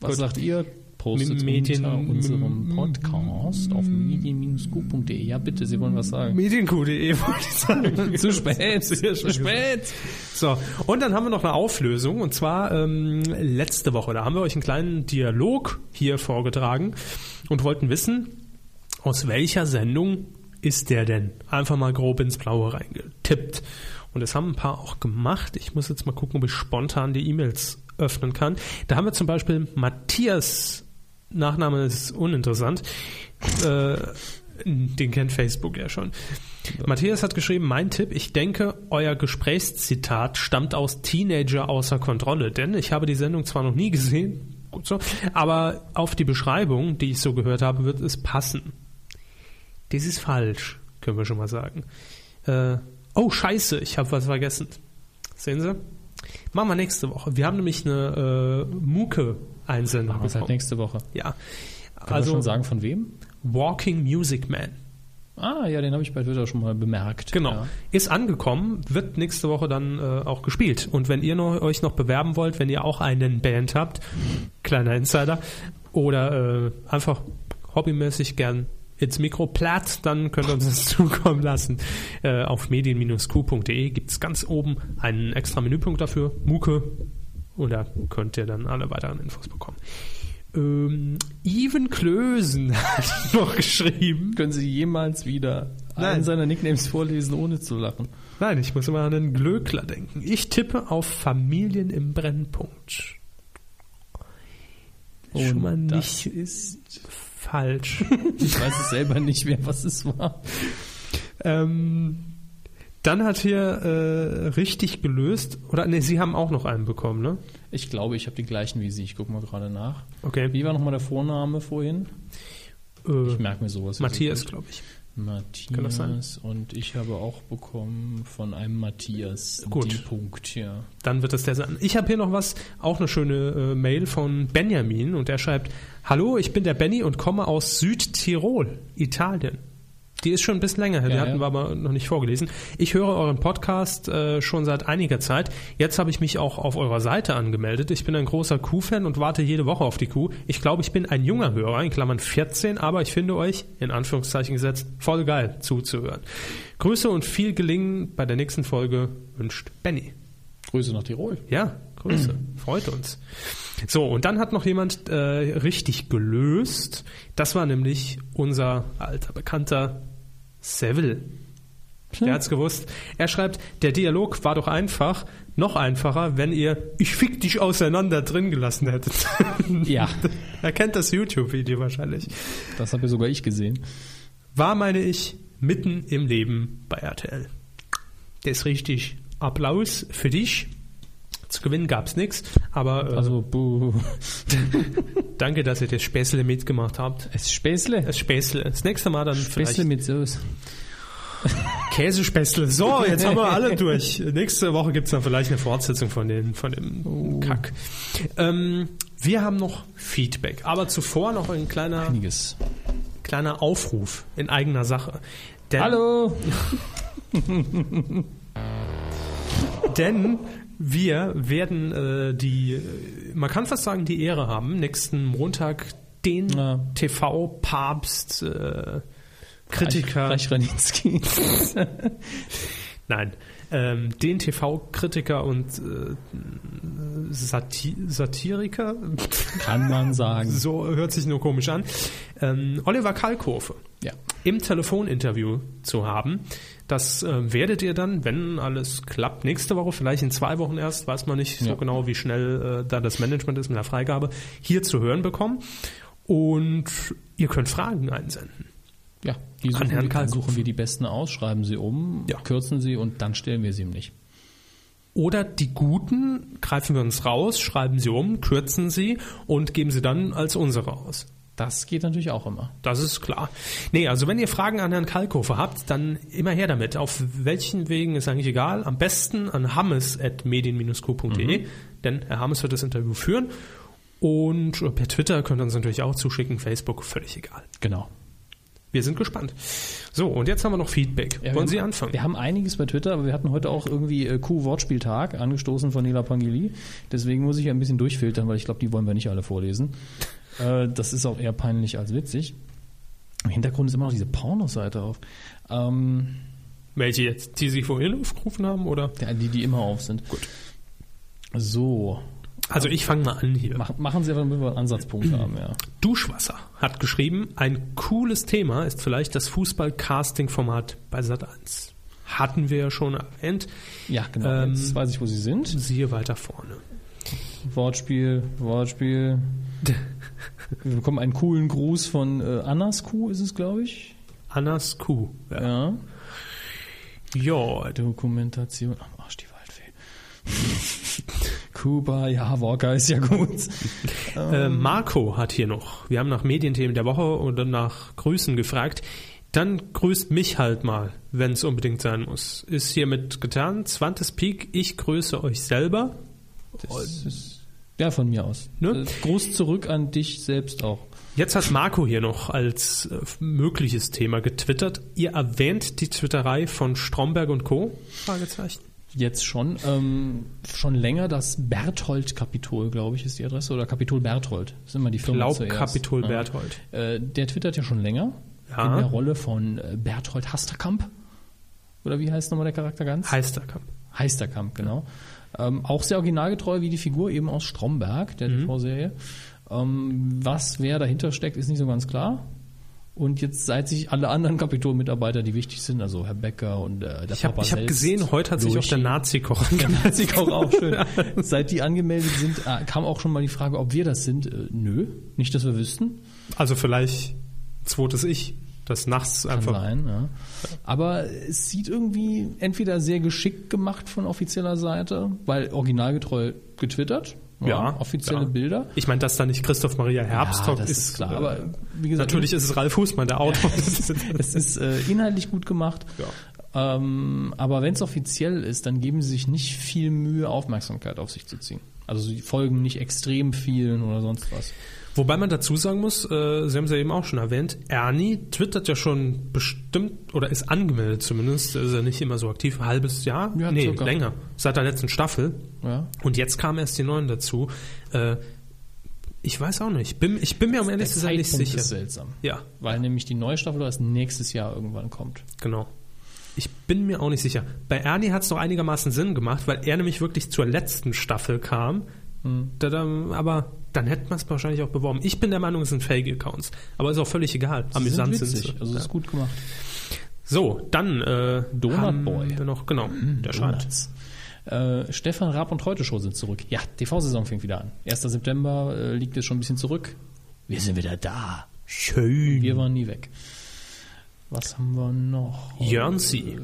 Was Gut. sagt ihr? Postet Medien- unter unserem Podcast auf medien-q.de. Ja, bitte, Sie wollen was sagen. Medienq.de wollte ich sagen. Zu spät, zu schon spät. So, und dann haben wir noch eine Auflösung und zwar ähm, letzte Woche. Da haben wir euch einen kleinen Dialog hier vorgetragen und wollten wissen, aus welcher Sendung ist der denn? Einfach mal grob ins Blaue reingetippt. Und das haben ein paar auch gemacht. Ich muss jetzt mal gucken, ob ich spontan die E-Mails öffnen kann. Da haben wir zum Beispiel Matthias, Nachname ist uninteressant, äh, den kennt Facebook ja schon. Matthias hat geschrieben, mein Tipp, ich denke, euer Gesprächszitat stammt aus Teenager außer Kontrolle, denn ich habe die Sendung zwar noch nie gesehen, gut so, aber auf die Beschreibung, die ich so gehört habe, wird es passen. Das ist falsch, können wir schon mal sagen. Äh, oh, scheiße, ich habe was vergessen. Sehen Sie? Machen wir nächste Woche. Wir haben nämlich eine äh, Muke-Einsendung Bis halt bekommen. nächste Woche. Ja. Kann also, Also schon sagen, von wem? Walking Music Man. Ah, ja, den habe ich bei Twitter schon mal bemerkt. Genau. Ja. Ist angekommen, wird nächste Woche dann äh, auch gespielt. Und wenn ihr noch, euch noch bewerben wollt, wenn ihr auch einen Band habt, kleiner Insider, oder äh, einfach hobbymäßig gern ins Mikro platt, dann könnt ihr uns das zukommen lassen. Äh, auf medien-q.de gibt's ganz oben einen extra Menüpunkt dafür, Muke. Und da könnt ihr dann alle weiteren Infos bekommen. Ähm, Even Klösen hat noch geschrieben. Können Sie jemals wieder Nein. einen seiner Nicknames vorlesen, ohne zu lachen? Nein, ich muss immer an den Glöckler denken. Ich tippe auf Familien im Brennpunkt. Oh, Schon mal das nicht ist falsch. Ich weiß es selber nicht mehr, was es war. ähm, dann hat hier äh, richtig gelöst, oder nee, Sie haben auch noch einen bekommen, ne? Ich glaube, ich habe den gleichen wie Sie. Ich gucke mal gerade nach. Okay. Wie war nochmal der Vorname vorhin? Ich äh, merke mir sowas. jetzt Matthias, nicht. glaube ich. Kann das sein? Matthias und ich habe auch bekommen von einem Matthias Gut. die Punkt, ja. Dann wird das der sein. Ich habe hier noch was, auch eine schöne äh, Mail von Benjamin und er schreibt: Hallo, ich bin der Benny und komme aus Südtirol, Italien. Die ist schon ein bisschen länger her, die Ja, hatten ja. wir aber noch nicht vorgelesen. Ich höre euren Podcast äh, schon seit einiger Zeit. Jetzt habe ich mich auch auf eurer Seite angemeldet. Ich bin ein großer Kuh-Fan und warte jede Woche auf die Kuh. Ich glaube, ich bin ein junger Hörer, in Klammern 14, aber ich finde euch, in Anführungszeichen gesetzt, voll geil zuzuhören. Grüße und viel Gelingen bei der nächsten Folge wünscht Benny. Grüße nach Tirol. Ja, Grüße. Freut uns. So, und dann hat noch jemand äh, richtig gelöst. Das war nämlich unser alter Bekannter Seville. Der hat's gewusst. Er schreibt, der Dialog war doch einfach, noch einfacher, wenn ihr Ich fick dich auseinander drin gelassen hättet. Ja. er kennt das YouTube-Video wahrscheinlich. Das habe sogar ich gesehen. War, meine ich, mitten im Leben bei RTL. Das ist richtig. Applaus für dich. Zu gewinnen gab's nix, aber äh, Also, buh. Danke, dass ihr das Späßle mitgemacht habt. Es Späßle. Das Späßle. Das nächste Mal dann Späßle vielleicht mit Soße. Käsespäßle. So, jetzt haben wir alle durch. Nächste Woche gibt's dann vielleicht eine Fortsetzung von, den, von dem Kack. Ähm, wir haben noch Feedback, aber zuvor noch ein kleiner, Einiges. kleiner Aufruf in eigener Sache. Denn, Hallo! Denn wir werden äh, die, äh, man kann fast sagen, die Ehre haben, nächsten Montag den Ja. TV-Papst, äh, Kritiker. Reich Raninski. Nein, ähm, den TV-Kritiker und äh, Sati Satiriker, Kann man sagen. so hört sich nur komisch an, ähm, Oliver Kalkofe Ja. im Telefoninterview zu haben. Das äh, werdet ihr dann, wenn alles klappt, nächste Woche, vielleicht in zwei Wochen erst, weiß man nicht so Ja. genau, wie schnell äh, da das Management ist mit der Freigabe, hier zu hören bekommen. Und ihr könnt Fragen einsenden. Ja, die suchen, Herrn wir, Kalkofe. dann suchen wir die besten aus, schreiben sie um, Ja. kürzen sie und dann stellen wir sie ihm nicht. Oder die guten greifen wir uns raus, schreiben sie um, kürzen sie und geben sie dann als unsere aus. Das geht natürlich auch immer. Das ist klar. Nee, also wenn ihr Fragen an Herrn Kalkofer habt, dann immer her damit. Auf welchen Wegen ist eigentlich egal. Am Mhm. besten an hammes.medien-q.de, denn Herr Hammes wird das Interview führen. Und äh, per Twitter könnt ihr uns natürlich auch zuschicken, Facebook, völlig egal. Genau. Wir sind gespannt. So, und jetzt haben wir noch Feedback. Ja, wir Wollen haben- Sie anfangen? Wir haben einiges bei Twitter, aber wir hatten heute auch irgendwie äh, Q-Wortspieltag, angestoßen von Nela Pangili. Deswegen muss ich ein bisschen durchfiltern, weil ich glaube, die wollen wir nicht alle vorlesen. Äh, das ist auch eher peinlich als witzig. Im Hintergrund ist immer noch diese Pornoseite auf. Ähm, Welche jetzt, die Sie vorhin aufgerufen haben, oder? ja, die, die immer auf sind. Gut. So. Also ich fange mal an hier. Mach, machen Sie einfach, damit wir einen Ansatzpunkt haben, ja. Duschwasser hat geschrieben, ein cooles Thema ist vielleicht das Fußball-Casting-Format bei Sat1. Hatten wir ja schon erwähnt. Ja, genau. Ähm, Jetzt weiß ich, wo Sie sind. Siehe weiter vorne. Wortspiel, Wortspiel. Wir bekommen einen coolen Gruß von äh, Annas Kuh, ist es, glaube ich. Annas Kuh. Ja. Ja. Jo, äh, du- Dokumentation. Am Arsch die Waldfee. Kuba, ja, Walker ist ja gut. Äh, Marco hat hier noch. Wir haben nach Medienthemen der Woche und dann nach Grüßen gefragt. Dann grüßt mich halt mal, wenn es unbedingt sein muss. Ist hiermit getan. Zwantes Peak, ich grüße euch selber. Das ist, Oh, ja, von mir aus. Ne? Äh, Gruß zurück an dich selbst auch. Jetzt hat Marco hier noch als äh, mögliches Thema getwittert. Ihr erwähnt die Twitterei von Stromberg und Co. Fragezeichen. Jetzt schon. Ähm, schon länger das Berthold-Kapitol, glaube ich, ist die Adresse. Oder Kapitol Berthold. Das ist immer die Firma Glaub zuerst. Kapitol Ja. Berthold. Äh, der twittert ja schon länger. Ja. In der Rolle von äh, Berthold Hasterkamp. Oder wie heißt nochmal der Charakter ganz? Heißt der Kampf. Heisterkamp, genau. Ähm, auch sehr originalgetreu wie die Figur eben aus Stromberg, der Mhm. TV-Serie. Ähm, was wer dahinter steckt, ist nicht so ganz klar. Und jetzt seit sich alle anderen Kapitol-Mitarbeiter, die wichtig sind, also Herr Becker und äh, der Ich habe Papa hab selbst, gesehen, heute hat sich auch der Lurchi. Nazi-Koch Hat sich auch, auch schön. Seit die angemeldet sind, äh, kam auch schon mal die Frage, ob wir das sind. Äh, nö, nicht, dass wir wüssten. Also vielleicht zweites Ich, das nachts Kann einfach. sein, ja. Aber es sieht irgendwie entweder sehr geschickt gemacht von offizieller Seite, weil originalgetreu getwittert, offizielle ja. Bilder. Ich meine, dass da nicht Christoph Maria Herbstog das ist, ist klar, äh, aber wie gesagt- natürlich ist es Ralf Fußmann, der Autor. Es ist äh, inhaltlich gut gemacht. Ähm, aber wenn es offiziell ist, dann geben sie sich nicht viel Mühe, Aufmerksamkeit auf sich zu ziehen. Also sie folgen nicht extrem vielen oder sonst was. Wobei man dazu sagen muss, äh, Sie haben es ja eben auch schon erwähnt, Ernie twittert ja schon bestimmt oder ist angemeldet zumindest, ist er nicht immer so aktiv, ein halbes Jahr, Ja, nee, circa. länger, seit der letzten Staffel. Ja. Und jetzt kamen erst die neuen dazu. Äh, ich weiß auch nicht, bin, ich bin mir um am Ende Der nicht Zeitpunkt sicher. ist seltsam. Ja, Weil nämlich die neue Staffel erst nächstes Jahr irgendwann kommt. Genau. Ich bin mir auch nicht sicher. Bei Ernie hat es noch einigermaßen Sinn gemacht, weil er nämlich wirklich zur letzten Staffel kam. Hm. Dadam, aber dann hätte man es wahrscheinlich auch beworben. Ich bin der Meinung, es sind Fake-Accounts. Aber ist auch völlig egal. Amüsant sind, witzig. sie. Also ja. ist gut gemacht. So, dann äh, Donut haben Boy. Hm, Wir noch, genau, der scheint. Donuts. Äh, Stefan Raab und Heute Show sind zurück. Ja, TV-Saison fängt wieder an. 1. September äh, liegt jetzt schon ein bisschen zurück. Wir sind wieder da. Schön. Wir waren nie weg. Was haben wir noch? Äh, Jörnsi.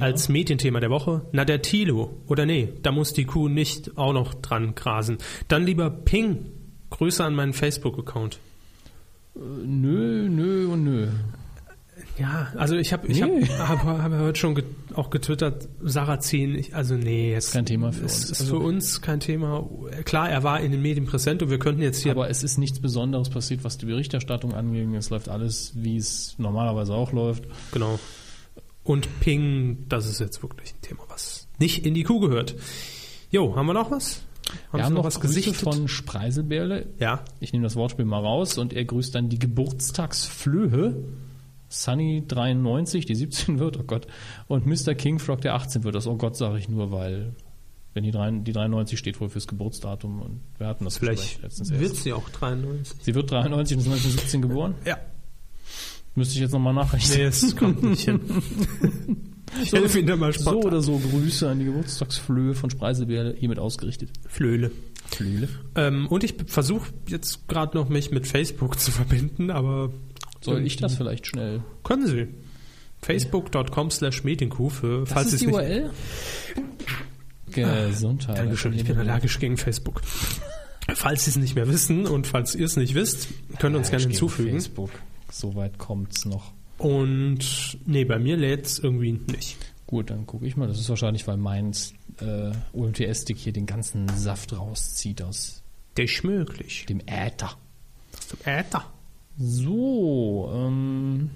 Als Medienthema der Woche. Na, der Thilo. Oder nee, da muss die Kuh nicht auch noch dran grasen. Dann lieber Ping. Grüße an meinen Facebook-Account. Nö, nö und nö. Ja, also ich habe ich Nee. hab, hab, hab ja heute schon get, auch getwittert, Sarrazin, ich, also nee, jetzt Kein Thema für es uns. Ist Also- für uns kein Thema. Klar, er war in den Medien präsent und wir könnten jetzt hier Aber es ist nichts Besonderes passiert, was die Berichterstattung angeht. Es läuft alles, wie es normalerweise auch läuft. genau. Und Ping, das ist jetzt wirklich ein Thema, was nicht in die Kuh gehört. Jo, haben wir noch was? wir Sie haben noch was Grüße von Spreiselbärle. Ja, Ich nehme das Wortspiel mal raus und er grüßt dann die Geburtstagsflöhe. Sunny 93, die 17 wird, oh Gott. Und Mr. King Frog, der 18 wird. Das, oh Gott, sage ich nur, weil wenn die, drei, die 93 steht wohl fürs Geburtsdatum und wir hatten das Gespräch vielleicht letztens wird erst. sie auch 93. Sie wird 93 und ist 1917 geboren. Ja. Müsste ich jetzt nochmal nachrechnen. Nee, es kommt nicht hin. Ich helfe Ihnen da mal So spontan. oder so Grüße an die Geburtstagsflöhe von Spreiselbärle, hiermit ausgerichtet. Flöhle. Flöhle. Ähm, und ich versuche jetzt gerade noch mich mit Facebook zu verbinden, aber ähm, Soll ich das vielleicht schnell? können Sie. Facebook.com slash Medienkuh für, falls Sie es nicht... Ah, URL? Gesundheit. Dankeschön, ich bin allergisch gegen Facebook. Falls Sie es nicht mehr wissen und falls ihr es nicht wisst, könnt ihr uns gerne Gegen hinzufügen. Facebook. So weit kommt's noch. Und nee, bei mir lädt es irgendwie nicht. Gut, dann gucke ich mal. Das ist wahrscheinlich, weil mein äh, UMTS-Stick hier den ganzen Saft rauszieht aus Das ist möglich. Dem Äther. Äther. So, ähm,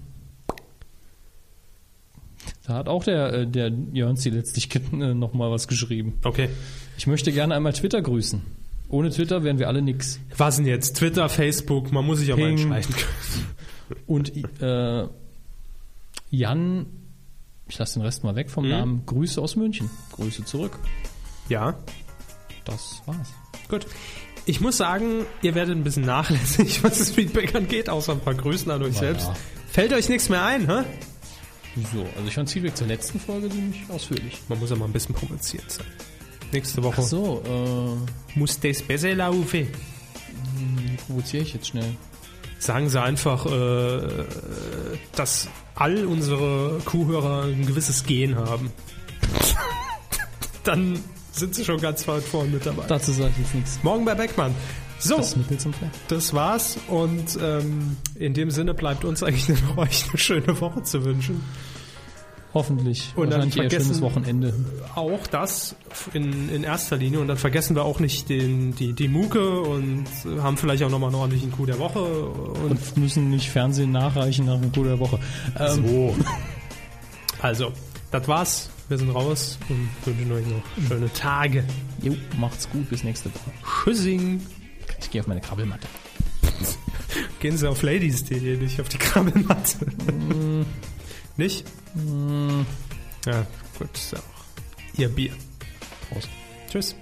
da hat auch der, äh, der Jörnsi letztlich äh, nochmal was geschrieben. Okay. Ich möchte gerne einmal Twitter grüßen. Ohne Twitter wären wir alle nix. Was denn jetzt? Twitter, Facebook, man muss sich ja mal Ping. entscheiden. Und äh, Jan, ich lasse den Rest mal weg Mhm. vom Namen, Grüße aus München. Grüße zurück. Ja, Das war's. gut. Ich muss sagen, ihr werdet ein bisschen nachlässig, was das Feedback angeht, außer ein paar Grüßen an euch Na selbst. ja. Fällt euch nichts mehr ein, hä? So, also ich fand Feedback zur letzten Folge ziemlich ausführlich. Man muss ja mal ein bisschen provoziert sein. Nächste Woche So, äh, muss das besser laufen. wie provoziere ich jetzt schnell? Sagen sie einfach, äh, dass all unsere Kuhhörer ein gewisses Gen haben. Dann sind sie schon ganz weit vorne mit dabei. Dazu sage ich jetzt nichts. Morgen bei Beckmann. So, Das Mittel zum Zweck. das war's. Und ähm, in dem Sinne bleibt uns eigentlich nur noch euch eine schöne Woche zu wünschen. Hoffentlich. Und dann Wahrscheinlich eher vergessen- schönes Wochenende. Auch das in, in erster Linie. Und dann vergessen wir auch nicht den, die, die Muke und haben vielleicht auch nochmal einen ordentlichen Coup der Woche. Und Und müssen nicht Fernsehen nachreichen nach einer guten Woche. Ähm, so. Also, das war's. Wir sind raus und wünschen euch noch schöne Tage. jo, macht's gut, bis nächste Woche. Tschüssing. Ich gehe auf meine Krabbelmatte. Gehen Sie auf ladies.de, nicht auf die Krabbelmatte. nicht? Ja, gut, ist ja auch Ihr Bier. Prost. Tschüss.